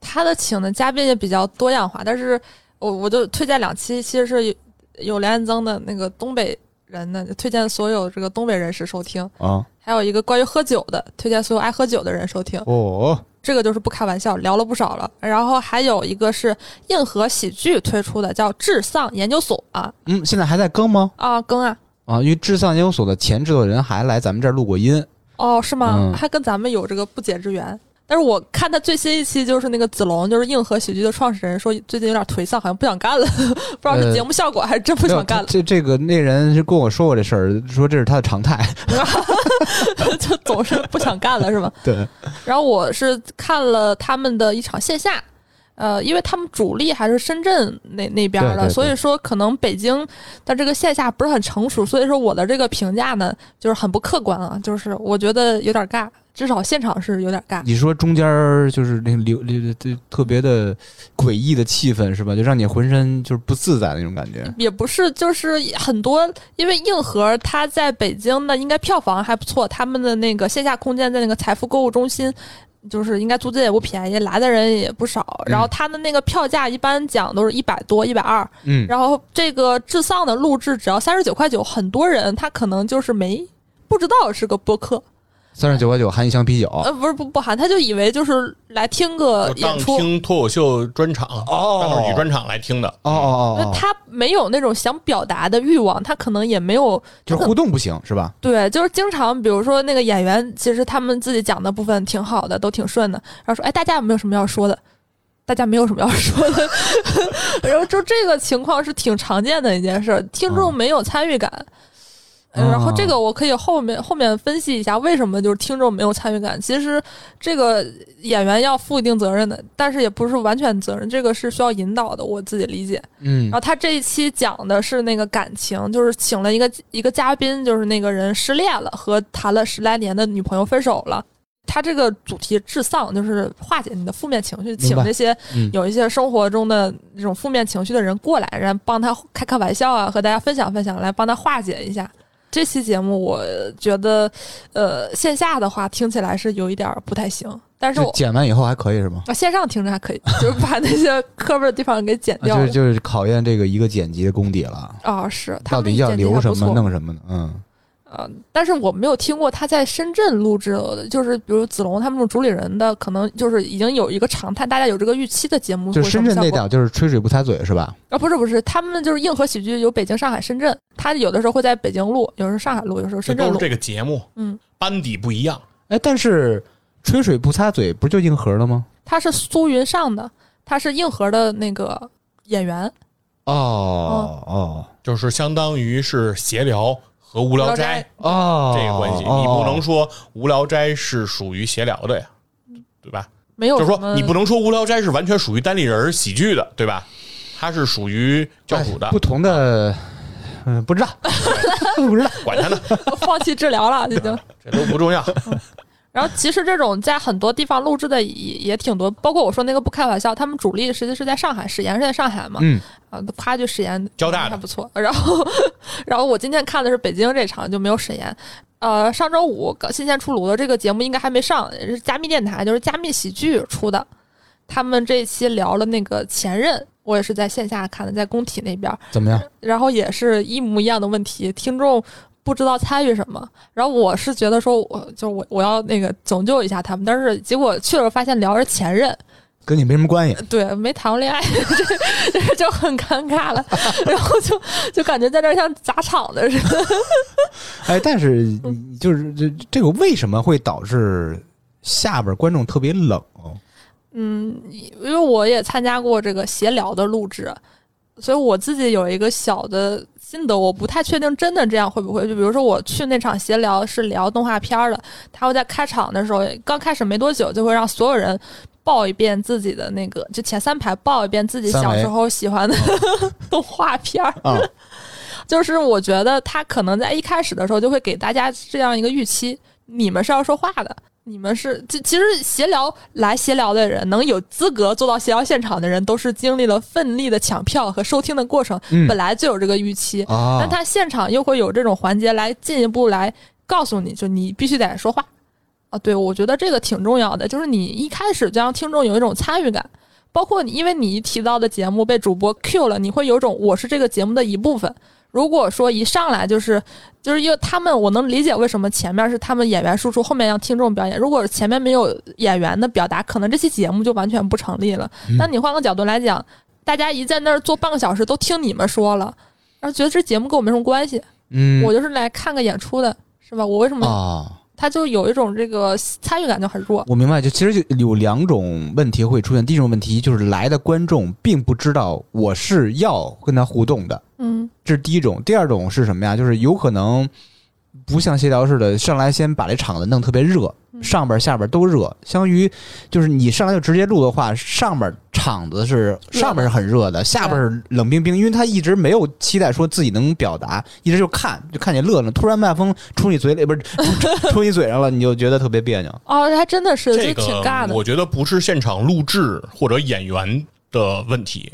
A: 他的请的嘉宾也比较多样化，但是我我就推荐两期，其实是有梁彦增的那个东北人的，推荐所有这个东北人士收听。
C: 啊，
A: 还有一个关于喝酒的，推荐所有爱喝酒的人收听。
C: 哦，
A: 这个就是不开玩笑，聊了不少了。然后还有一个是硬核喜剧推出的，叫《智丧研究所》啊
C: 嗯，现在还在更吗？
A: 啊更啊
C: 啊，因为智丧研究所的前制作人还来咱们这儿录过音，
A: 哦是吗？
C: 嗯
A: 还跟咱们有这个不解之缘。但是我看他最新一期就是那个子龙，就是硬核喜剧的创始人，说最近有点颓丧，好像不想干了， 不知道是节目效果还是真不
C: 没有
A: 想干 了，
C: 这这个那人是跟我说过这事儿， 说这是他的常态。
A: 就总是不想干了是吗？
C: 对，
A: 然后我是看了他们的一场线下，呃，因为他们主力还是深圳那那边的，
C: 对对对
A: 所以说可能北京的这个线下不是很成熟，所以说我的这个评价呢就是很不客观啊，就是我觉得有点尬，至少现场是有点尬。
C: 你说中间儿就是那个流流流特别的诡异的气氛是吧？就让你浑身就是不自在的那种感觉。
A: 也不是，就是很多，因为硬核它在北京呢，应该票房还不错，他们的那个线下空间在那个财富购物中心，就是应该租金也不便宜，来的人也不少。然后它的那个票价一般讲都是一百多、一百二，
C: 嗯，
A: 然后这个智丧的录制只要三十九块九，很多人他可能就是没不知道是个播客，
C: 三十九块九含一箱啤酒。
A: 呃，不是不不含，他就以为就是来听个
B: 就
A: 演
B: 当
A: 出，
B: 听脱口秀专场，
C: 呃哦
B: 当口喜剧专场来听的。
C: 哦哦
A: 那
C: 哦哦，
A: 他没有那种想表达的欲望，他可能也没有
C: 就是互动不行是吧？
A: 对，就是经常比如说那个演员，其实他们自己讲的部分挺好的，都挺顺的，然后说哎，大家有没有什么要说的？大家没有什么要说的， 然后就这个情况是挺常见的一件事儿，听众没有参与感。呃然后这个我可以后面后面分析一下为什么就是听众没有参与感。其实这个演员要负一定责任的，但是也不是完全责任，这个是需要引导的。我自己理解。
C: 嗯
A: 然后他这一期讲的是那个感情，就是请了一个一个嘉宾，就是那个人失恋了，和谈了十来年的女朋友分手了。他这个主题治丧，就是化解你的负面情绪，
C: 明
A: 请
C: 白
A: 这些
C: 嗯
A: 有一些生活中的这种负面情绪的人过来，然后帮他开开玩笑啊，和大家分享分享，来帮他化解一下。这期节目我觉得，呃，线下的话听起来是有一点儿不太行，但是
C: 就
A: 我
C: 剪完以后还可以是吗？
A: 啊线上听着还可以，就是把那些 磕巴的地方给剪
C: 啊
A: 掉
C: 就
A: 了
C: 是。就是考验这个一个剪辑的功底了，
A: 啊，是，他
C: 到
A: 们
C: 底要
A: 剪辑
C: 留
A: 还
C: 什
A: 不
C: 么
A: 错
C: 弄什么的。嗯，
A: 呃，但是我没有听过他在深圳录制的，就是比如子龙他们这种主理人的，可能就是已经有一个常态，大家有这个预期的节目会
C: 就
A: 什
C: 深
A: 么
C: 圳
A: 效果
C: 那点儿就是吹水不擦嘴是吧？
A: 啊，不是不是，他们就是硬核喜剧有北京、上海、深圳，他有的时候会在北京录，有时候上海录，有时候
B: 这
A: 深圳
B: 都是
A: 录。
B: 这个节目，
A: 嗯，
B: 班底不一样。
C: 哎，但是吹水不擦嘴不就硬核了吗？
A: 他是苏云上的，他是硬核的那个演员，
C: 哦哦
B: 就是相当于是闲聊和无聊斋
C: 哦，
B: 这个关系，
C: 哦
B: 你不能说无聊斋是属于闲聊的呀，
A: 嗯
B: 对吧？
A: 没有
B: 就是
A: 什么
B: 说你不能说无聊斋是完全属于单立人喜剧的，对吧？它是属于教主的
C: 哎不，同的，嗯，不知 道，不知道。
B: 管他呢，
A: 放弃治疗了，已 经。
B: 这都不重要。
A: 然后其实这种在很多地方录制的也也挺多，包括我说那个不开玩笑，他们主力实际是在上海，史岩是在上海嘛，
C: 嗯，
A: 啊，夸就沈岩
B: 交大的
A: 还不错。然后， 然后我今天看的是北京这场，就没有沈岩。呃，上周五刚新鲜出炉的这个节目应该还没上，也是加密电台，就是加密喜剧出的。他们这一期聊了那个前任，我也是在线下看的，在工体那边。
C: 怎么样？
A: 然后也是一模一样的问题，听众不知道参与什么。然后我是觉得说我，就我我要那个拯救一下他们，但是结果去了发现聊的是前任，
C: 跟你没什么 关系。
A: 对，没谈过恋爱， 这这就 很尴尬了。 然后就就感觉在这儿像砸场子似的。
C: 哎，但是你就是这这个为什么会导致下边观众特别冷？
A: 嗯，因为我也参加过这个闲聊的录制，所以我自己有一个小的心得，我不太确定真的这样会不会。就比如说我去那场闲聊是聊动画片儿的，他会在开场的时候，刚开始没多久就会让所有人。报一遍自己的那个，就前三排报一遍自己
C: 三
A: 小
C: 维
A: 时候喜欢的 动画片儿，
C: 啊，
A: 就是我觉得他可能在一开始的时候就会给大家这样一个预期，你们是要说话的，你们是其其实闲聊来闲聊的人，能有资格做到闲聊现场的人，都是经历了奋力的抢票和收听的过程，
C: 嗯
A: 本来就有这个预期，
C: 啊
A: 但，他现场又会有这种环节来进一步来告诉你，就你必须得说话啊。对，我觉得这个挺重要的，就是你一开始就让听众有一种参与感，包括你，因为你一提到的节目被主播 Q 了，你会有种我是这个节目的一部分。如果说一上来就是就是因为他们，我能理解为什么前面是他们演员输出，后面让听众表演。如果前面没有演员的表达，可能这期节目就完全不成立了。但你换个角度来讲，大家一在那儿坐半个小时都听你们说了，然后觉得这节目跟我没什么关系，
C: 嗯
A: 我就是来看个演出的，是吧？我为什么
C: 啊，
A: 他就有一种这个参与感就很弱？
C: 我明白，就其实就有两种问题会出现。第一种问题就是来的观众并不知道我是要跟他互动的，
A: 嗯
C: 这是第一种。第二种是什么呀？就是有可能不像协调似的，上来先把这场子弄特别热，
A: 嗯
C: 上边儿下边儿都热，相当于就是你上来就直接录的话，上边儿场子是
A: 热
C: 上边儿是很热的，下边儿是冷冰冰，因为他一直没有期待说自己能表达，一直就看就看你乐呢，突然麦克风冲你嘴里不是冲 冲你嘴上了，你就觉得特别别扭。
A: 哦，这还真的是，
B: 这
A: 就挺尬
B: 个
A: 的。
B: 我觉得不是现场录制或者演员的问题，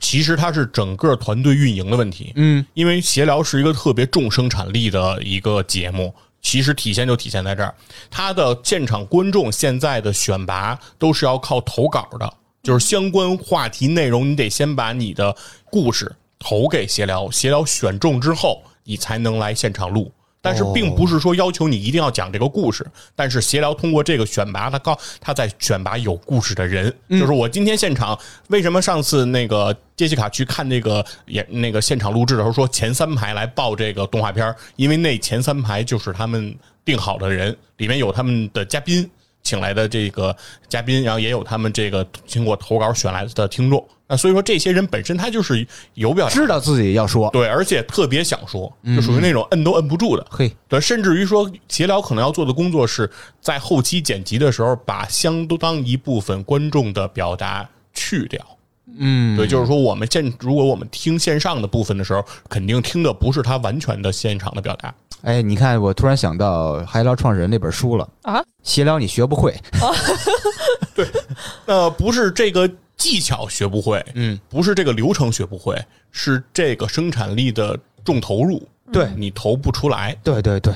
B: 其实它是整个团队运营的问题。
C: 嗯，
B: 因为闲聊是一个特别重生产力的一个节目，其实体现就体现在这儿，它的现场观众现在的选拔都是要靠投稿的，就是相关话题内容，你得先把你的故事投给闲聊，闲聊选中之后，你才能来现场录。但是并不是说要求你一定要讲这个故事，但是闲聊通过这个选拔，他告他在选拔有故事的人，就是我今天现场为什么上次那个杰西卡去看那个演那个现场录制的时候说前三排来报这个动画片儿，因为那前三排就是他们定好的人，里面有他们的嘉宾请来的这个嘉宾，然后也有他们这个经过投稿选来的听众。那所以说，这些人本身他就是有表达
C: 知道自己要说，
B: 对，而且特别想说，就属于那种摁都摁不住的。
C: 嘿，
B: 对，甚至于说，协聊可能要做的工作是在后期剪辑的时候，把相当一部分观众的表达去掉。
C: 嗯，
B: 对，就是说，我们现如果我们听线上的部分的时候，肯定听的不是他完全的现场的表达。
C: 哎，你看我突然想到《海聊创始人》那本书了
A: 啊，
C: 闲聊你学不会，
B: 那不是这个技巧学不会，
C: 嗯，
B: 不是这个流程学不会，是这个生产力的重投入，
C: 嗯对
B: 你投不出来。
C: 对对对，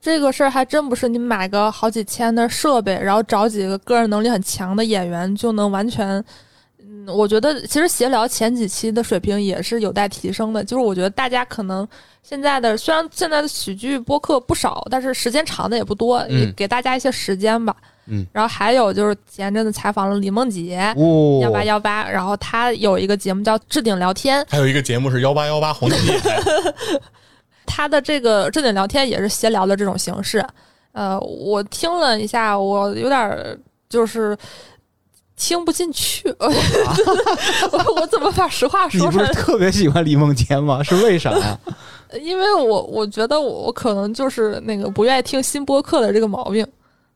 A: 这个事儿还真不是你买个好几千的设备，然后找几个个人能力很强的演员就能完全。嗯，我觉得其实闲聊前几期的水平也是有待提升的。就是我觉得大家可能现在的虽然现在的喜剧播客不少，但是时间长的也不多，
C: 嗯
A: 也给大家一些时间吧。
C: 嗯，
A: 然后还有就是前阵子采访了李梦洁
C: 哦
A: 幺八幺八，然后她有一个节目叫《置顶聊天》，
B: 还有一个节目是幺八幺八黄金电 台，
A: 他的这个正经聊天也是闲聊的这种形式。呃，我听了一下，我有点儿就是听不进去， 我我怎么把实话
C: 你
A: 说出
C: 不是
A: 来？
C: 特别喜欢李梦洁吗？ 是为啥呀？
A: 因为我我觉得我我可能就是那个不愿意听新播客的这个毛病，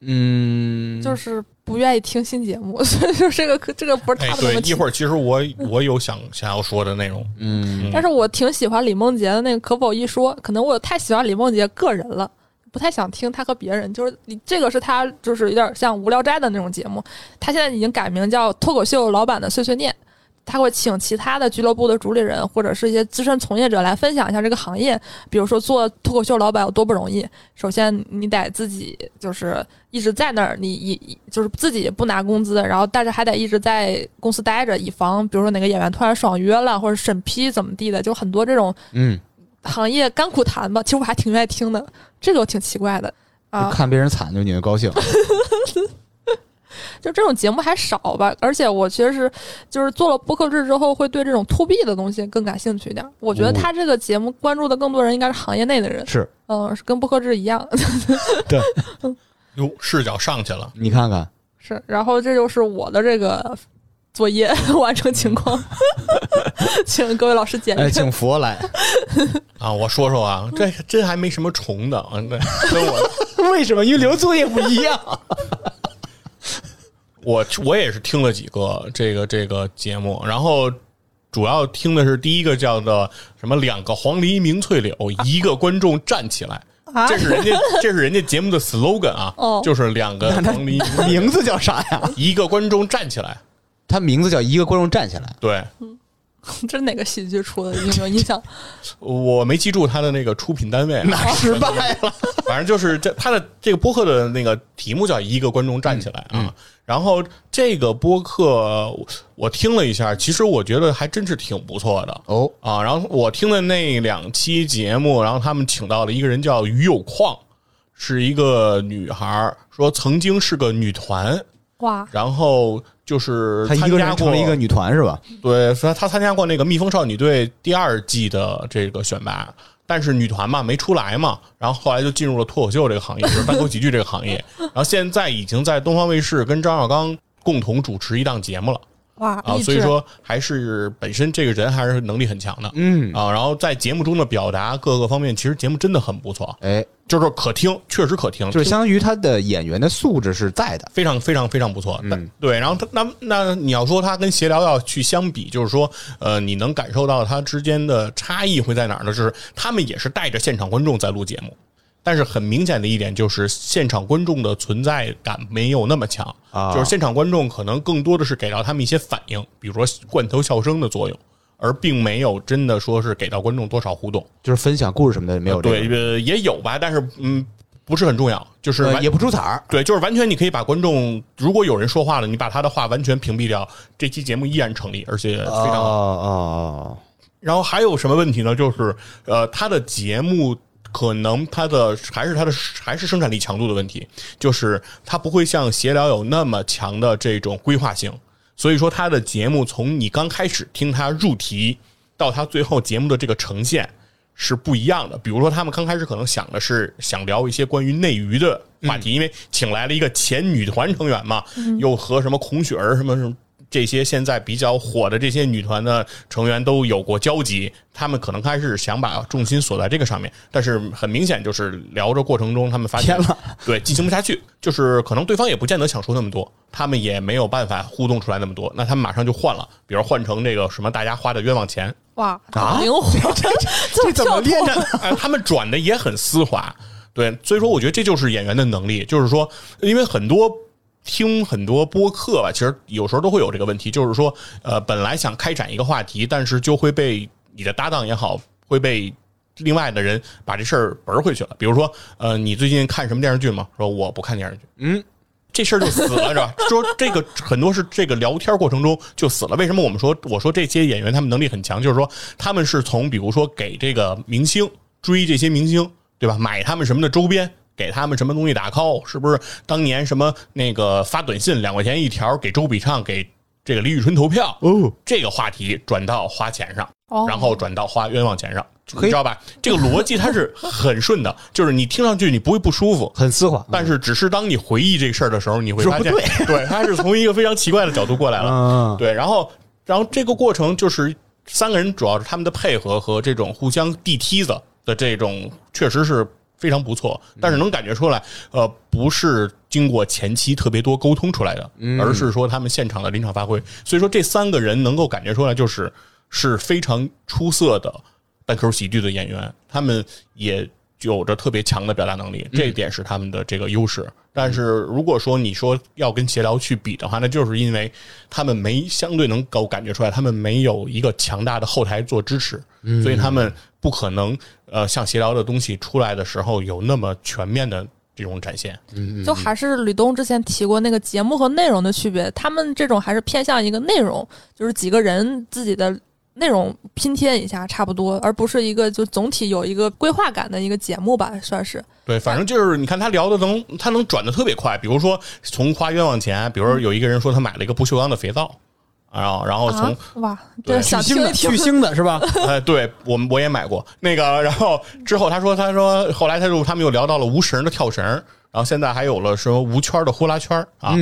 C: 嗯，
A: 就是不愿意听新节目，所以就这个这个不是
B: 哎
A: 他，们的
B: 对，
A: 问题。
B: 一会儿其实我我有想想要说的内容，
C: 嗯，
A: 但是我挺喜欢李梦洁的那个《可否一说》，可能我太喜欢李梦洁个人了，不太想听她和别人。就是你这个是她，就是有点像《无聊斋》的那种节目。她现在已经改名叫《脱口秀老板的碎碎念》，她会请其他的俱乐部的主理人或者是一些资深从业者来分享一下这个行业，比如说做脱口秀老板有多不容易。首先你得自己就是一直在那儿，你一就是自己不拿工资，然后但是还得一直在公司待着，以防比如说哪个演员突然爽约了，或者审批怎么地的，就很多这种
C: 嗯，
A: 行业甘苦谈吧。其实我还挺愿意听的，这个我挺奇怪的啊。
C: 看别人惨就你就 高兴，
A: 就这种节目还少吧，而且我其实是就是做了播客制之后，会对这种 to B 的东西更感兴趣一点。我觉得他这个节目关注的更多人应该是行业内的人，
C: 是
A: 嗯，是跟播客制一样
B: 哟，视角上去了。
C: 你看看，
A: 是。然后这就是我的这个作业 完成情况， 请各位老师检阅。
C: 哎，请佛来，
B: 啊，我说说啊，这
A: 嗯
B: 真还没什么重的啊。那跟我
C: 为什么？因为留作业不一 样。
B: 我我也是听了几个这个这个节目，然后主要听的是第一个叫做什么“两个黄鹂鸣翠柳，一个观众站起来”，
A: 啊
B: 这是人 家这是人家节目的 slogan 啊，
A: 哦
B: 就是 两个黄鹂鸣翠柳，
C: 名 字叫啥呀？
B: 一个观众站起来。
A: 嗯
C: 他名字叫一个观众站起来，
B: 对，
A: 这是哪个喜剧出的？有没有印象？
B: 我没记住它的那个出品单位、啊，
C: 那失败了。
B: 反正就是这它的这个播客的那个题目叫“一个观众站起来”啊。
C: 嗯
B: 然后这个播客我听了一下，其实我觉得还真是挺不错的
C: 哦
B: 啊。然后我听的那两期节目，然后他们请到了一个人叫于有矿，是一个女孩儿，说曾经是个女团，
A: 哇，
B: 然后就是
C: 他一个
B: 参加
C: 人成
B: 过
C: 了一个女团是吧？
B: 对，所以他参加过那个蜜蜂少女队第二季的这个选拔，但是女团嘛没出来嘛，然后后来就进入了脱口秀这个行业，就是单口喜剧这个行业，然后现在已经在东方卫视跟张绍刚共同主持一档节目了
A: 哇，
B: 啊，
A: 励
B: 所以
A: 志
B: 说还是本身这个人还是能力很强的。
C: 嗯，
B: 啊，然后在节目中的表达各个方面，其实节目真的很不错，
C: 哎，
B: 就是可听，确实可听，
C: 就是相当于他的演员的素质是在的。
B: 非常非常非常不错。
C: 嗯
B: 但对，然后他那那你要说他跟闲聊要去相比，就是说，呃，你能感受到他之间的差异会在哪儿呢？就是他们也是带着现场观众在录节目，但是很明显的一点就是现场观众的存在感没有那么强，
C: 啊
B: 就是现场观众可能更多的是给到他们一些反应，比如说罐头笑声的作用。而并没有真的说是给到观众多少互动，
C: 就是分享故事什么的没有这个，
B: 对，呃也有吧，但是嗯，不是很重要，就是
C: 呃
B: 完
C: 也不出彩儿。
B: 对，就是完全你可以把观众，如果有人说话了，你把他的话完全屏蔽掉，这期节目依然成立，而且非
C: 哦
B: 常好。
C: 哦
B: 然后还有什么问题呢？就是呃，他的节目可能他的还是他的还是生产力强度的问题，就是他不会像闲聊有那么强的这种规划性，所以说他的节目从你刚开始听他入题到他最后节目的这个呈现。是不一样的。比如说，他们刚开始可能想的是想聊一些关于内娱的话题，因为请来了一个前女团成员嘛，又和什么孔雪儿什么什么。这些现在比较火的这些女团的成员都有过交集，他们可能开始想把重心锁在这个上面，但是很明显就是聊着过程中，他们发现
C: 天呐
B: 对进行不下去，就是可能对方也不见得想说那么多，他们也没有办法互动出来那么多，那他们马上就换了，比如换成这个什么大家花的冤枉钱，
A: 哇，
C: 啊
A: 好灵活，
C: 这怎么练
A: 跳脱
C: 的？
B: 哎，他们转的也很丝滑，对，所以说我觉得这就是演员的能力，就是说，因为很多听很多播客吧，其实有时候都会有这个问题，就是说，呃，本来想开展一个话题，但是就会被你的搭档也好，会被另外的人把这事儿驳回去了。比如说，呃，你最近看什么电视剧吗？说我不看电视剧，
C: 嗯。
B: 这事儿就死了，是吧？说这个很多是这个聊天过程中就死了。为什么我们说我说这些演员他们能力很强，就是说他们是从比如说给这个明星追这些明星，对吧？买他们什么的周边，给他们什么东西打 call，是不是？当年什么那个发短信两块钱一条给周笔畅给这个李宇春投票，
C: 哦，
B: 这个话题转到花钱上，
A: 哦
B: 然后转到花冤枉钱上，
C: 嘿
B: 你知道吧？这个逻辑它是很顺的，就是你听上去你不会不舒服，
C: 很丝滑。
B: 但是只是当你回忆这个事儿的时候，你会发现
C: 说不，
B: 对，他是从一个非常奇怪的角度过来了。
C: 嗯，
B: 对，然后，然后这个过程就是三个人主要是他们的配合和这种互相递梯子的这种，确实是非常不错。但是能感觉出来，呃，不是经过前期特别多沟通出来的，而是说他们现场的临场发挥。所以说，这三个人能够感觉出来，就是是非常出色的单口喜剧的演员，他们也有着特别强的表达能力，这一点是他们的这个优势。但是如果说你说要跟闲聊去比的话，那就是因为他们没相对能够感觉出来，他们没有一个强大的后台做支持，所以他们不可能呃像闲聊的东西出来的时候有那么全面的这种展现。
A: 就还是吕东之前提过那个节目和内容的区别，他们这种还是偏向一个内容，就是几个人自己的内容拼贴一下差不多，而不是一个就总体有一个规划感的一个节目吧，算是。
B: 对，反正就是你看他聊的能，他能转的特别快。比如说从花冤枉钱，比如说有一个人说他买了一个不锈钢的肥皂，然后然后从、
A: 啊，哇，
B: 对
A: 这想听一听
C: 巨星的是吧？
B: 呃，对我们我也买过那个，然后之后他说他说后来他就他们又聊到了无绳的跳绳，然后现在还有了什么无圈的呼啦圈啊，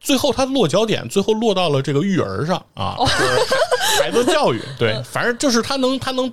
B: 最后他落脚点最后落到了这个育儿上啊，就是孩子教育，对，反正就是他能他能。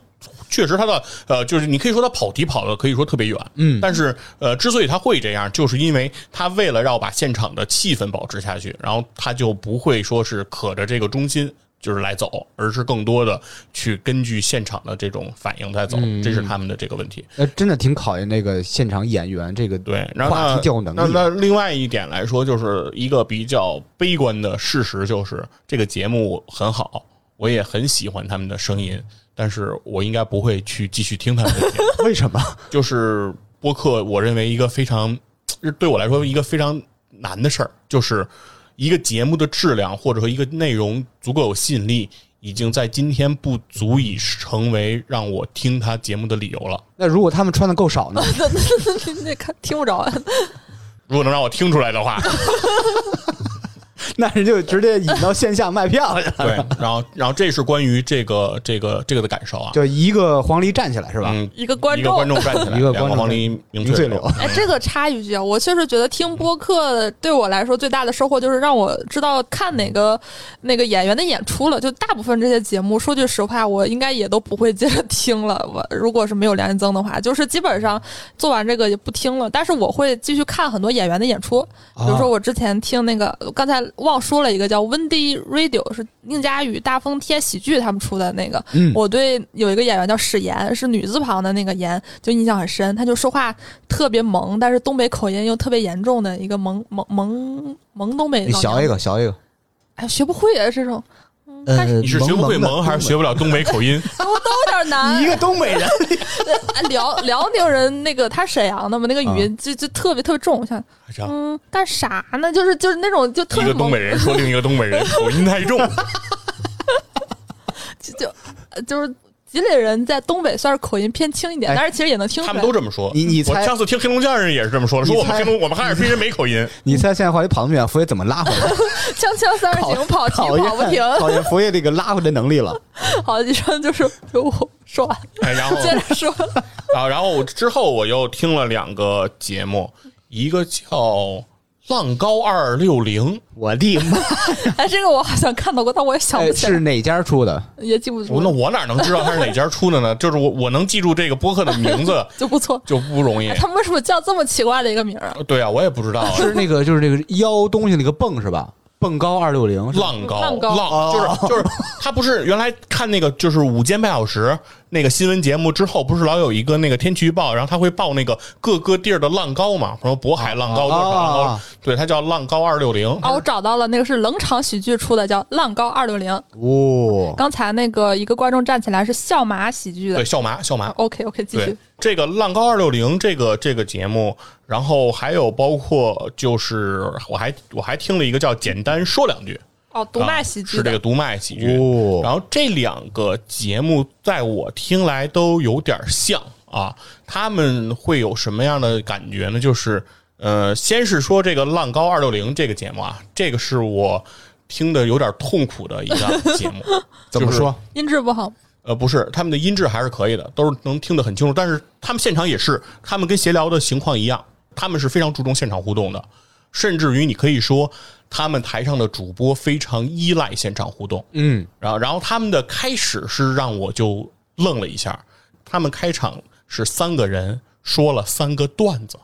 B: 确实，他的呃，就是你可以说他跑题跑的可以说特别远，嗯，但是呃，之所以他会这样，就是因为他为了要把现场的气氛保持下去，然后他就不会说是可着这个中心就是来走，而是更多的去根据现场的这种反应在走，这是他们的这个问题。
C: 呃，真的挺考验那个现场演员这个
B: 对，然后
C: 话
B: 那
C: 题调能
B: 那
C: 力。
B: 那另外一点来说，就是一个比较悲观的事实，就是这个节目很好，我也很喜欢他们的声音，但是我应该不会去继续听他们的节目。
C: 为什么？
B: 就是播客，我认为一个非常对我来说一个非常难的事儿，就是一个节目的质量或者说一个内容足够有吸引力，已经在今天不足以成为让我听他节目的理由了。
C: 那如果他们穿的够少呢？
A: 你得看听不着啊，
B: 如果能让我听出来的话，
C: 那人就直接引到线下卖票去了。
B: 对，然后然后这是关于这个这个这个的感受啊，
C: 就一个黄鹂站起来是吧？
B: 嗯，
A: 一个观
B: 一个
A: 众
B: 观。众站起来，
C: 一个观众
B: 两个黄鹂鸣
C: 鸣翠柳
B: 柳，
A: 哎，这个插一句啊，我确实觉得听播客对我来说最大的收获就是让我知道看哪个那个演员的演出了。就大部分这些节目，说句实话，我应该也都不会接着听了。我如果是没有梁云增的话，就是基本上做完这个也不听了。但是我会继续看很多演员的演出，
C: 哦
A: 比如说我之前听那个，刚才忘说了一个叫 Windy Radio，是宁佳宇、大风天喜剧他们出的那个。
C: 嗯
A: 我对有一个演员叫史岩，是女字旁的那个岩，就印象很深。他就说话特别萌，但是东北口音又特别严重的一个萌萌萌萌东北。
C: 你小一，个，小一个。
A: 哎，学不会啊，这种
C: 呃，
B: 你是学不会
C: 萌
B: 萌还是学不了东北口音？
A: 有点难
C: 你一。个东北人，
A: 哎辽辽宁人那个他沈阳的嘛，那
C: 啊
A: 个语音就就特别特别重，像
B: 这样
A: 嗯干啥呢？就是就是那种就特
B: 哎一
A: 别
B: 个东
A: 萌
B: 北，人说另一个东北人口音太重，
A: 就就呃就是吉林人在东北算是口音偏轻一点，
C: 哎
A: 但是其实也能听出
B: 他
A: 来
B: 们。都这么说。
C: 你你
B: 我
C: 猜
B: 上次听黑龙江人也是这么说的，说我们
C: 你猜
B: 黑龙我们哈尔滨人没口 音。
C: 你猜现在话题跑那么远，佛爷怎么拉回 来？
A: 锵锵三人行，跑题
C: 考验
A: 跑不停。
C: 考验佛爷这个拉 回来能力了。
A: 好，医生就是我说完，
B: 哎，然后
A: 接着说，
B: 啊，然后之后我又听了两个节目，一个叫《浪高二六零》，
C: 我的妈！
A: 哎，这个我好像看到过，但我也想不
C: 哎
A: 起来
C: 是，哪家出的？
A: 也记不住
B: 我那，我哪能知道它是哪家出的呢？就是我我能记住这个播客的名 字
A: 就不错。
B: 就不容易
C: 啊
A: 哎。他们为什么叫这么奇怪的一个名儿啊？
B: 对啊，我也不知道 啊。
C: 是那个，就是那个腰东西那个蹦是吧？蹦高二六零，
B: 浪高，
A: 浪高
B: 就是就是，他不是原来看那个就是午间半小时那个新闻节目之后，不是老有一个那个天气预报，然后他会报那个各个地儿的浪高嘛，什么渤海浪高多少浪高，
C: 啊
B: 对，它叫浪高二六零。
A: 哦，我找到了，那个是冷场喜剧出的，叫《浪高二六零》。
C: 哦，
A: 刚才那个一个观众站起来是笑马喜剧
B: 对，
A: 的。
B: 笑麻笑麻，
A: OK OK，继哦
B: 对
A: 续。
B: 这个浪高二六零这个这个节目，然后还有包括就是我还我还听了一个叫简单说两句，
A: 哦，独卖喜剧
B: 啊是这
A: 的
B: 个读卖喜剧。
C: 哦
B: 然后这两个节目在我听来都有点像啊，他们会有什么样的感觉呢？就是呃，先是说这个浪高二六零这个节目啊，这个是我听的有点痛苦的一个节目。
C: 怎么
B: 就是
C: 说？
A: 音质不好，
B: 呃，不是，他们的音质还是可以的，都是能听得很清楚。但是他们现场也是，他们跟闲聊的情况一样，他们是非常注重现场互动的，甚至于你可以说，他们台上的主播非常依赖现场互动。
C: 嗯，
B: 然后，然后他们的开始是让我就愣了一下，他们开场是三个人说了三个段子，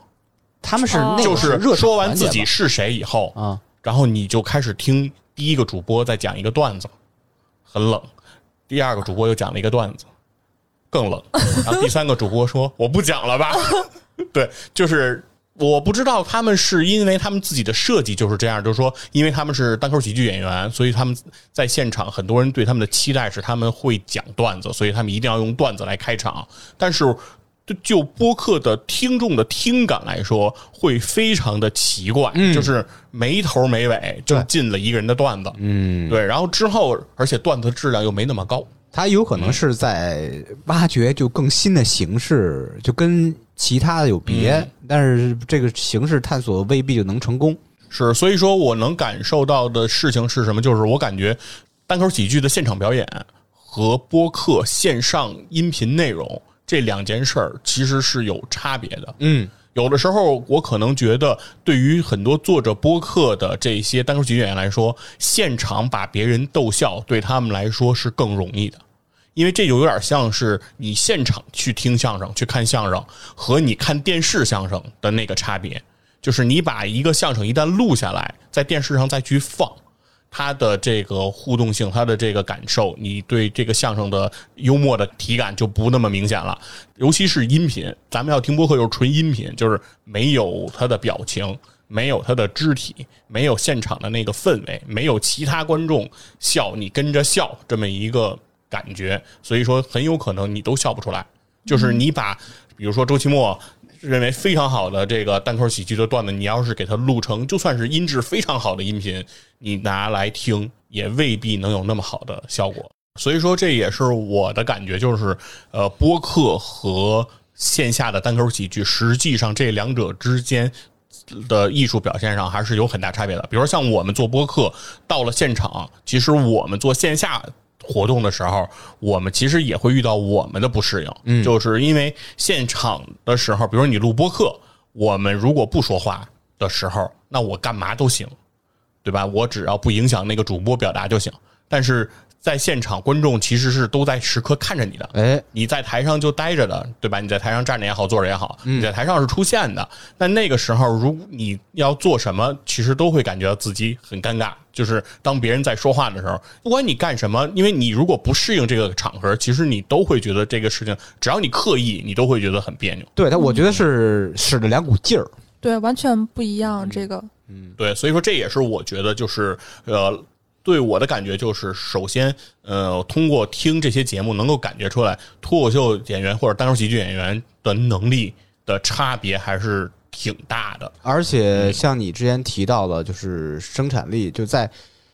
C: 他们是哦那个
B: 就是
C: 热场
B: 说完自
C: 环
B: 己
C: 节吧
B: 是谁以后，
C: 啊，
B: 然后你就开始听第一个主播在讲一个段子，很冷；第二个主播又讲了一个段子，更冷；然后第三个主播说：“我不讲了吧。”对，就是我不知道他们是因为他们自己的设计就是这样，就是说，因为他们是单口喜剧演员，所以他们在现场很多人对他们的期待是他们会讲段子，所以他们一定要用段子来开场。但是就就播客的听众的听感来说，会非常的奇怪，就是没头没尾就
C: 对
B: 进了一个人的段子，嗯，对，然后之后而且段子质量又没那么高，
C: 他有可能是在挖掘就更新的形式，就跟其他的有别，但是这个形式探索未必就能成功。
B: 是，所以说我能感受到的事情是什么？就是我感觉单口喜剧的现场表演和播客线上音频内容这两件事儿其实是有差别的。
C: 嗯，
B: 有的时候，我可能觉得，对于很多做着播客的这些单口喜剧演员来说，现场把别人逗笑，对他们来说是更容易的，因为这就有点像是你现场去听相声、去看相声和你看电视相声的那个差别，就是你把一个相声一旦录下来，在电视上再去放，它的这个互动性，它的这个感受，你对这个相声的幽默的体感就不那么明显了。尤其是音频，咱们要听播客就是纯音频，就是没有它的表情，没有他的肢体，没有现场的那个氛围，没有其他观众笑你跟着笑这么一个感觉，所以说很有可能你都笑不出来。就是你把，比如说周奇墨认为非常好的这个单口喜剧的段子，你要是给它录成，就算是音质非常好的音频，你拿来听也未必能有那么好的效果。所以说，这也是我的感觉，就是呃，播客和线下的单口喜剧，实际上这两者之间的艺术表现上还是有很大差别的。比如说，像我们做播客，到了现场，其实我们做线下活动的时候，我们其实也会遇到我们的不适应，嗯，就是因为现场的时候，比如说你录播客，我们如果不说话的时候，那我干嘛都行，对吧？我只要不影响那个主播表达就行。但是在现场，观众其实是都在时刻看着你的，
C: 哎，
B: 你在台上就待着的，对吧？你在台上站着也好，坐着也好，你在台上是出现的。那那个时候，如你要做什么，其实都会感觉到自己很尴尬。就是当别人在说话的时候，不管你干什么，因为你如果不适应这个场合，其实你都会觉得这个事情，只要你刻意，你都会觉得很别扭。
C: 对他，我觉得是使了两股劲儿。
A: 对，完全不一样。这个
B: 对，所以说这也是我觉得就是呃，对我的感觉就是，首先呃，通过听这些节目能够感觉出来，脱口秀演员或者单口喜剧演员的能力的差别还是挺大的。
C: 而且像你之前提到了，就是生产力，就在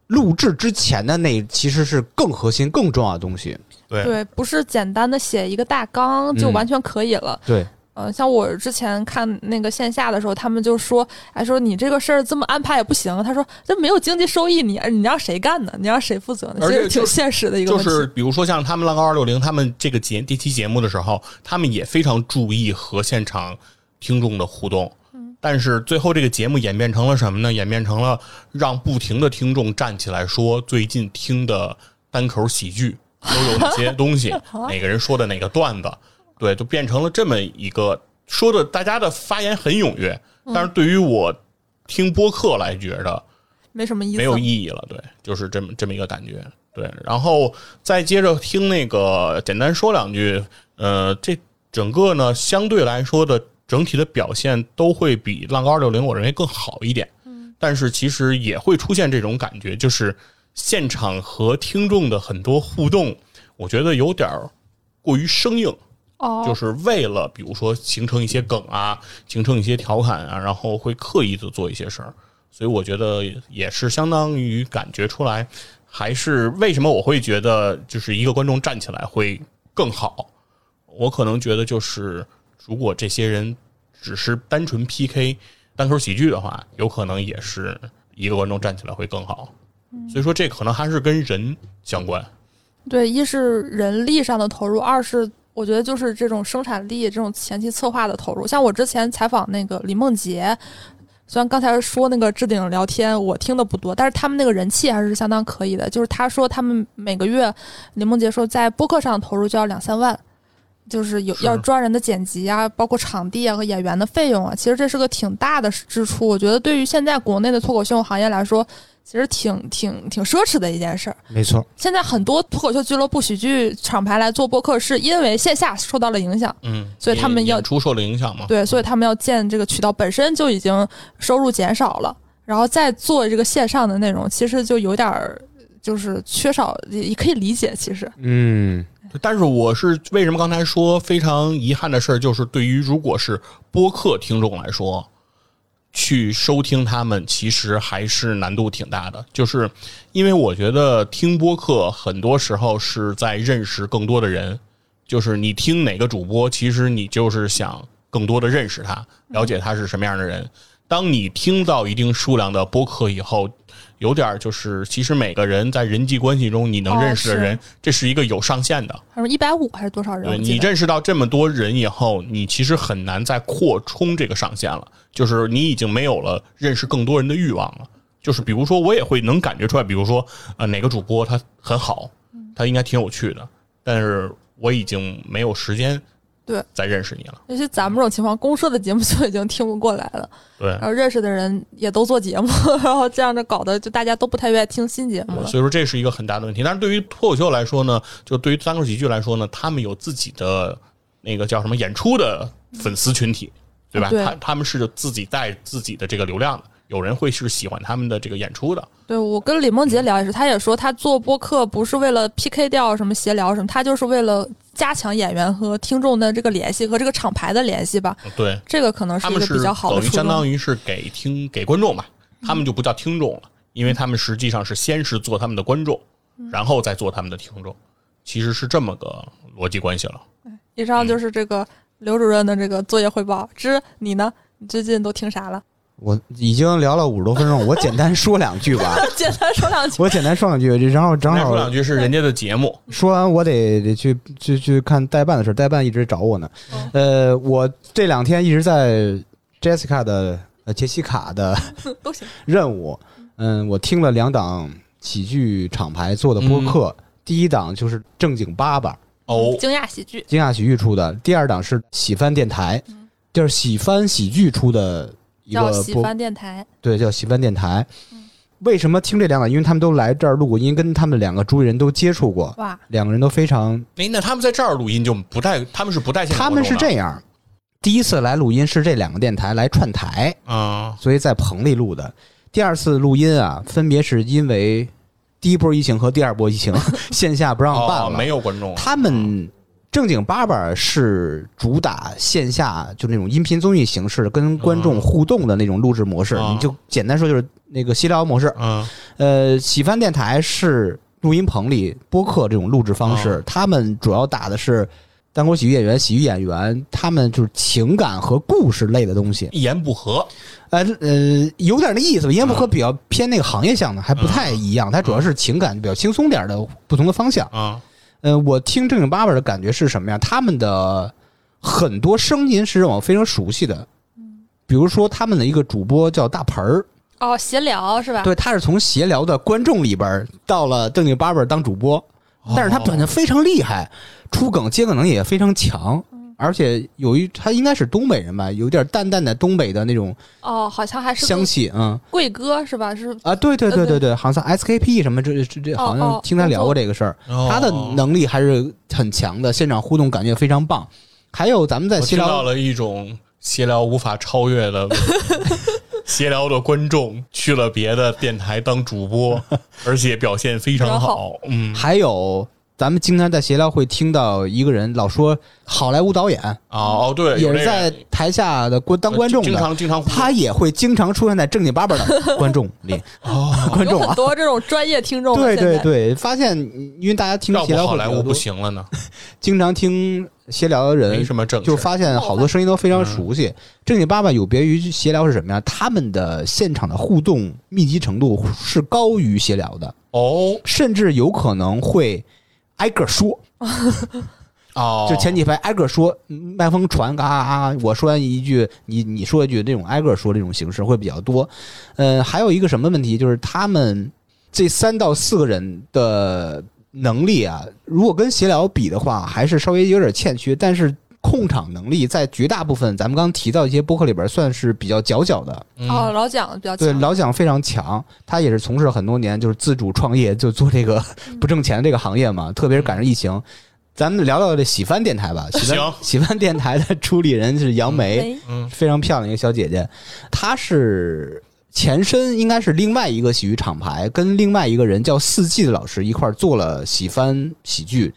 C: 录制之前的那其实是更核心、更重要的东西。
B: 对，
A: 对，不是简单的写一个大纲就
C: 嗯
A: 完全可以了。
C: 对，
A: 嗯、像我之前看那个线下的时候，他们就说，哎，说你这个事儿这么安排也不行。他说这没有经济收益，你你让谁干呢？你让谁负责呢？
B: 而
A: 其
B: 且
A: 实挺
B: 就
A: 现实的一个
B: 就
A: 问题。
B: 是比如说像他们浪高二六零，他们这个节这期节目的时候，他们也非常注意和现场听众的互动。
A: 嗯
B: 但是最后这个节目演变成了什么呢？演变成了让不停的听众站起来说最近听的单口喜剧都有哪些 东西，哪个人说的哪个段子，对，就变成了这么一个说的，大家的发言很踊跃，
A: 嗯
B: 但是对于我听播客来觉得，
A: 没什么意思。
B: 没有意义了，对，就是这么这么一个感觉，对。然后再接着听那个，简单说两句，呃，这整个呢相对来说的整体的表现都会比浪高二六零我认为更好一点，嗯，但是其实也会出现这种感觉，就是现场和听众的很多互动，我觉得有点儿过于生硬，
A: 哦，
B: 就是为了比如说形成一些梗啊，形成一些调侃啊，然后会刻意的做一些事儿，所以我觉得也是相当于感觉出来，还是为什么我会觉得就是一个观众站起来会更好，我可能觉得就是如果这些人只是单纯 PK 单口喜剧的话，有可能也是一个观众站起来会更好，
A: 嗯
B: 所以说这可能还是跟人相关。
A: 对，一是人力上的投入，二是我觉得就是这种生产力、这种前期策划的投入。像我之前采访那个李梦洁，虽然刚才说那个置顶聊天我听的不多，但是他们那个人气还是相当可以的。就是他说他们每个月，李梦洁说在播客上投入就要两三万。就是有
B: 是
A: 要专人的剪辑啊，包括场地啊和演员的费用啊，其实这是个挺大的支出。我觉得对于现在国内的脱口秀行业来说，其实挺挺挺奢侈的一件事儿。
C: 没错。
A: 现在很多脱口秀俱乐部、喜剧厂牌来做播客，是因为线下受到了影响，
B: 嗯，
A: 所以他们要
B: 演出受了影响吗？
A: 对，所以他们要建这个渠道，本身就已经收入减少了，然后再做这个线上的内容，其实就有点儿就是缺少，也也可以理解。其实，
C: 嗯，
B: 但是我是为什么刚才说非常遗憾的事儿，就是对于如果是播客听众来说，去收听他们其实还是难度挺大的，就是因为我觉得听播客很多时候是在认识更多的人，就是你听哪个主播，其实你就是想更多的认识他，了解他是什么样的人。当你听到一定数量的播客以后，有点儿就是，其实每个人在人际关系中，你能
A: 哦
B: 认识的
A: 是
B: 人，这是一个有上限的。
A: 他说一百五还是多少人？
B: 对
A: 我记
B: 你
A: 得
B: 认识到这么多人以后，你其实很难再扩充这个上限了，就是你已经没有了认识更多人的欲望了。就是比如说，我也会能感觉出来，比如说呃哪个主播他很好，
A: 嗯
B: 他应该挺有趣的，但是我已经没有时间
A: 对
B: 再认识你了。
A: 尤其咱们这种情况，公社的节目 就已经听不过来了，
B: 对
A: 然，后认识的人也都做节目， 然后这样的搞得就大家都不太愿意听新节目了。
B: 所以说这是一个很大的问题。但是对于脱口秀来说呢，就对于单口喜剧来说呢，他们有自己的那个叫什么演出的粉丝群体，对吧？
A: 对
B: 他他们是自己带自己的这个流量的，有人会是喜欢他们的这个演出的，
A: 对我跟李梦洁聊也是，她也说她做播客不是为了 PK 掉什么闲聊什么，她就是为了加强演员和听众的这个联系和这个厂牌的联系吧。
B: 嗯对，
A: 这个可能是
B: 他
A: 一
B: 们
A: 个
B: 是
A: 比较好的
B: 等于
A: 初
B: 相当
A: 衷。
B: 于是给听给观众吧，他们就不叫听众了，因为他们实际上是先是做他们的观众，
A: 嗯
B: 然后再做他们的听众，其实是这么个逻辑关系了。
A: 以
C: 嗯
A: 上就是这个刘主任的这个作业汇报。之你呢？你最近都听啥了？
C: 我已经聊了五十多分钟，我简单说两句吧。
A: 简单说两句。
C: 我简单说两句，然后正
B: 再
C: 好
B: 说两句是人家的节目，
C: 说完，我得得去去去看代办的事儿，代办一直找我呢。呃，我这两天一直在 Jessica 的呃杰西卡的
A: 都行。
C: 任务，嗯，我听了两档喜剧厂牌做的播客，第一档就是正经八爸
B: 哦，
A: 惊讶喜剧，
C: 惊讶喜剧出的，第二档是喜翻电台，就是喜翻喜剧出的一
A: 叫
C: 个
A: 喜
C: 播啊
A: 翻电台。
C: 对，叫喜翻电台。为什么听这两档？因为他们都来这儿录过音，跟他们两个主理人都接触过，
A: 哇，
C: 两个人都非常
B: 哎，那他们在这儿录音就不带，他们是不带现场
C: 他们是这样，第一次来录音是这两个电台来串台，
B: 啊，
C: 所以在棚里录的。第二次录音啊，分别是因为第一波疫情和第二波 疫情线下不让办了，
B: 哦，没有观众了，
C: 他们正经八百是主打线下，就那种音频综艺形式，跟观众互动的那种录制模式。
B: 嗯哦
C: 你就简单说就是那个闲聊模式。
B: 嗯，
C: 呃，喜翻电台是录音棚里播客这种录制方式，
B: 哦
C: 他们主要打的是单口喜剧演员、喜剧演员，他们就是情感和故事类的东西。
B: 一言不合，
C: 呃呃，有点那意思吧，因为不和比较偏那个行业向的，还不太一样。它主要是情感比较轻松点儿的不同的方向。
B: 啊，
C: 呃，我听正经八百的感觉是什么呀？他们的很多声音是让我非常熟悉的，比如说他们的一个主播叫大盆儿，
A: 哦，闲聊是吧？
C: 对，他是从闲聊的观众里边儿到了正经八百当主播，
B: 哦
C: 但是他本身非常厉害，出梗接梗能力也非常强，
A: 嗯
C: 而且有一他应该是东北人吧，有点淡淡的东北的那种
A: 哦，好像还是
C: 香
A: 个
C: 气，嗯
A: 贵哥是吧？是
C: 啊，对对对对对，好像是 SKP 什么这这这，
A: 哦
C: 好像
A: 哦
C: 听他聊过这个事儿，
B: 哦
C: 他的能力还是很强的，现场互动感觉非常棒。还有咱们在
B: 我
C: 闲
B: 听到
C: 聊，
B: 了一种闲聊无法超越的 闲聊的观众去了别的电台当主播，而且表现非常好。嗯
C: 还有咱们经常在闲聊会听到一个人老说好莱坞导演，
B: 哦哦，对，
C: 也
B: 有
C: 是
B: 这
C: 在
B: 个
C: 台下的观当观众
B: 经
C: 的，
B: 常经常
C: 他也会经常出现在正经八百 的观众里，
B: 哦，
C: 观
A: 有
C: 众
A: 很
C: 啊。
A: 多这种专业听众啊。
C: 对
A: 现在
C: 对对，发现因为大家听
B: 要
C: 闲
B: 不
C: 聊
B: 好
C: 会比
B: 莱
C: 较
B: 坞不
C: 多，
B: 行了呢，
C: 经常听闲聊的人
B: 没什么正事嗯
C: 就发现好多声音都非常熟悉。正经八百有别于闲聊是什么呀？他们的现场的互动密集程度是高于闲聊的，
B: 哦
C: 甚至有可能会挨个说，
B: 哦，
C: 就前几排挨个说，嗯麦克风传嘎嘎嘎，啊我说完一句，你你说一句，这种挨个说这种形式会比较多。呃，还有一个什么问题，就是他们这三到四个人的能力啊，如果跟闲聊比的话，还是稍微有点欠缺，但是。控场能力在绝大部分咱们刚提到一些播客里边算是比较佼佼的，
B: 嗯
A: 哦，老蒋比较
C: 对
A: 强。
C: 老蒋非常强，他也是从事了很多年，就是自主创业，就做这个不挣钱这个行业嘛。特别是赶上疫情，咱们聊聊这喜翻电台吧。喜翻
B: 行
C: 喜翻电台的主理人是杨梅，
A: 哎
B: 嗯
C: 非常漂亮一个小姐姐。她是前身应该是另外一个喜剧厂牌，跟另外一个人叫四季的老师一块儿做了喜翻喜剧。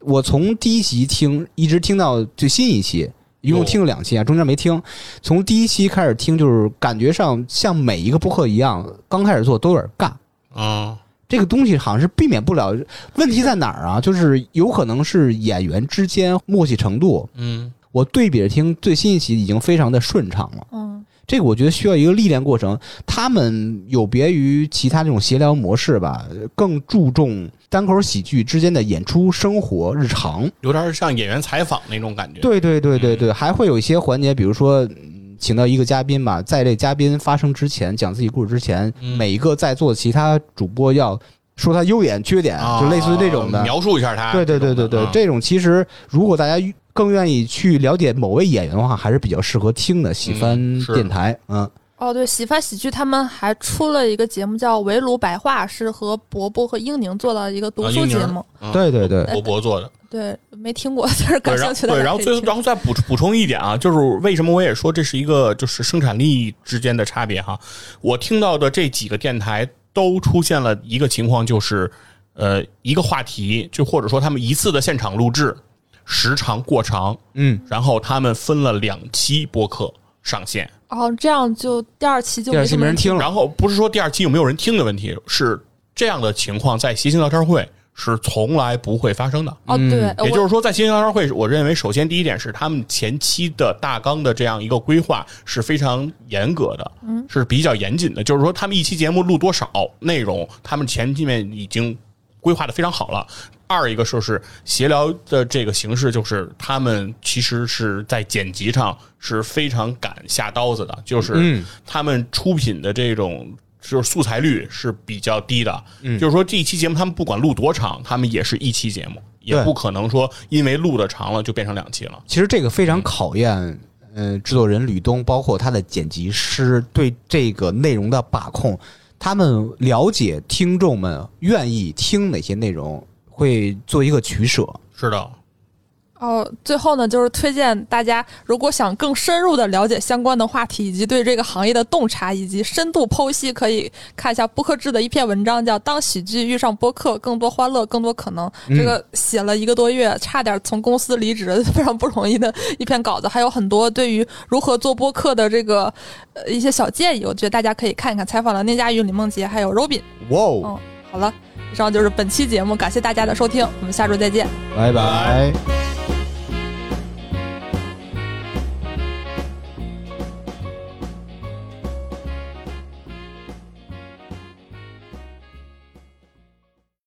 C: 我从第一集听一直听到最新一期，一共
B: 哟
C: 听了两期啊，中间没听。从第一期开始听，就是感觉上像每一个播客一样，刚开始做都有点尬。
B: 嗯
C: 这个东西好像是避免不了，问题在哪儿啊？就是有可能是演员之间默契程度。
B: 嗯
C: 我对比着听最新一期，已经非常的顺畅了。
A: 嗯，
C: 这个我觉得需要一个历练过程。他们有别于其他这种闲聊模式吧，更注重单口喜剧之间的演出、生活、日常。
B: 有点像演员采访那种感觉。
C: 对对对对对，还会有一些环节，比如说。嗯请到一个嘉宾吧，在这嘉宾发声之前，讲自己故事之前，
B: 嗯
C: 每一个在座的其他主播要说他优点、缺点，
B: 啊，
C: 就类似于这种的。
B: 描述一下他。
C: 对对对对
B: 啊这种
C: 对
B: 的，
C: 这种其实如果大家更愿意去了解某位演员的话，还是比较适合听的喜
B: 嗯
C: 欢
B: 是
C: 电台。嗯，
A: 哦，对，喜翻喜剧他们还出了一个节目叫《围炉白话》，是和伯伯和英宁做了一个读
B: 啊
A: 书
B: 英宁
A: 节目。
B: 嗯
C: 对对对，
B: 博博做的。
A: 对，没听过， 但是
B: 对，
A: 感
B: 然
A: 兴
B: 后
A: 趣的
B: 对，然后
A: 大家可以
B: 最后
A: 听
B: 然后再补充补充一点啊，就是为什么我也说这是一个就是生产力之间的差别哈。我听到的这几个电台都出现了一个情况，就是呃一个话题，就或者说他们一次的现场录制时长过长，
C: 嗯，
B: 然后他们分了两期播客上线。
A: 哦，这样就第二期就
C: 第二期
A: 什么
C: 没人听了，
B: 然后不是说第二期有没有人听的问题，是这样的情况在谐星聊天会是从来不会发生的。
A: 哦，
C: 嗯
A: 对，
B: 也就
A: 我
B: 是说，在新型聊天会，我认为首先第一点是他们前期的大纲的这样一个规划是非常严格的，嗯，是比较严谨的。就是说，他们一期节目录多少内容，他们前期面已经规划的非常好了。二一个就是协聊的这个形式，就是他们其实是在剪辑上是非常敢下刀子的，就是
C: 嗯
B: 他们出品的这种就是素材率是比较低的，就是说这一期节目他们不管录多长，他们也是一期节目，也
C: 对
B: 不可能说因为录的长了就变成两期了。
C: 其实这个非常考验，呃，制作人吕东，包括他的剪辑师对这个内容的把控，他们了解听众们愿意听哪些内容，会做一个取舍。
B: 是的，
A: 哦，最后呢，就是推荐大家，如果想更深入的了解相关的话题，以及对这个行业的洞察，以及深度剖析，可以看一下播客志的一篇文章，叫《当喜剧遇上播客，更多欢乐，更多可能》。这个写了一个多月，差点从公司离职，非常不容易的一篇稿子，还有呃很多对于如何做播客的这个呃一些小建议，我觉得大家可以看一看。采访了聂佳玉、李梦洁，还有 Robin。
C: 哇哦，
A: 嗯，好了，以上就是本期节目，感谢大家的收听，我们下周再见。
C: 拜拜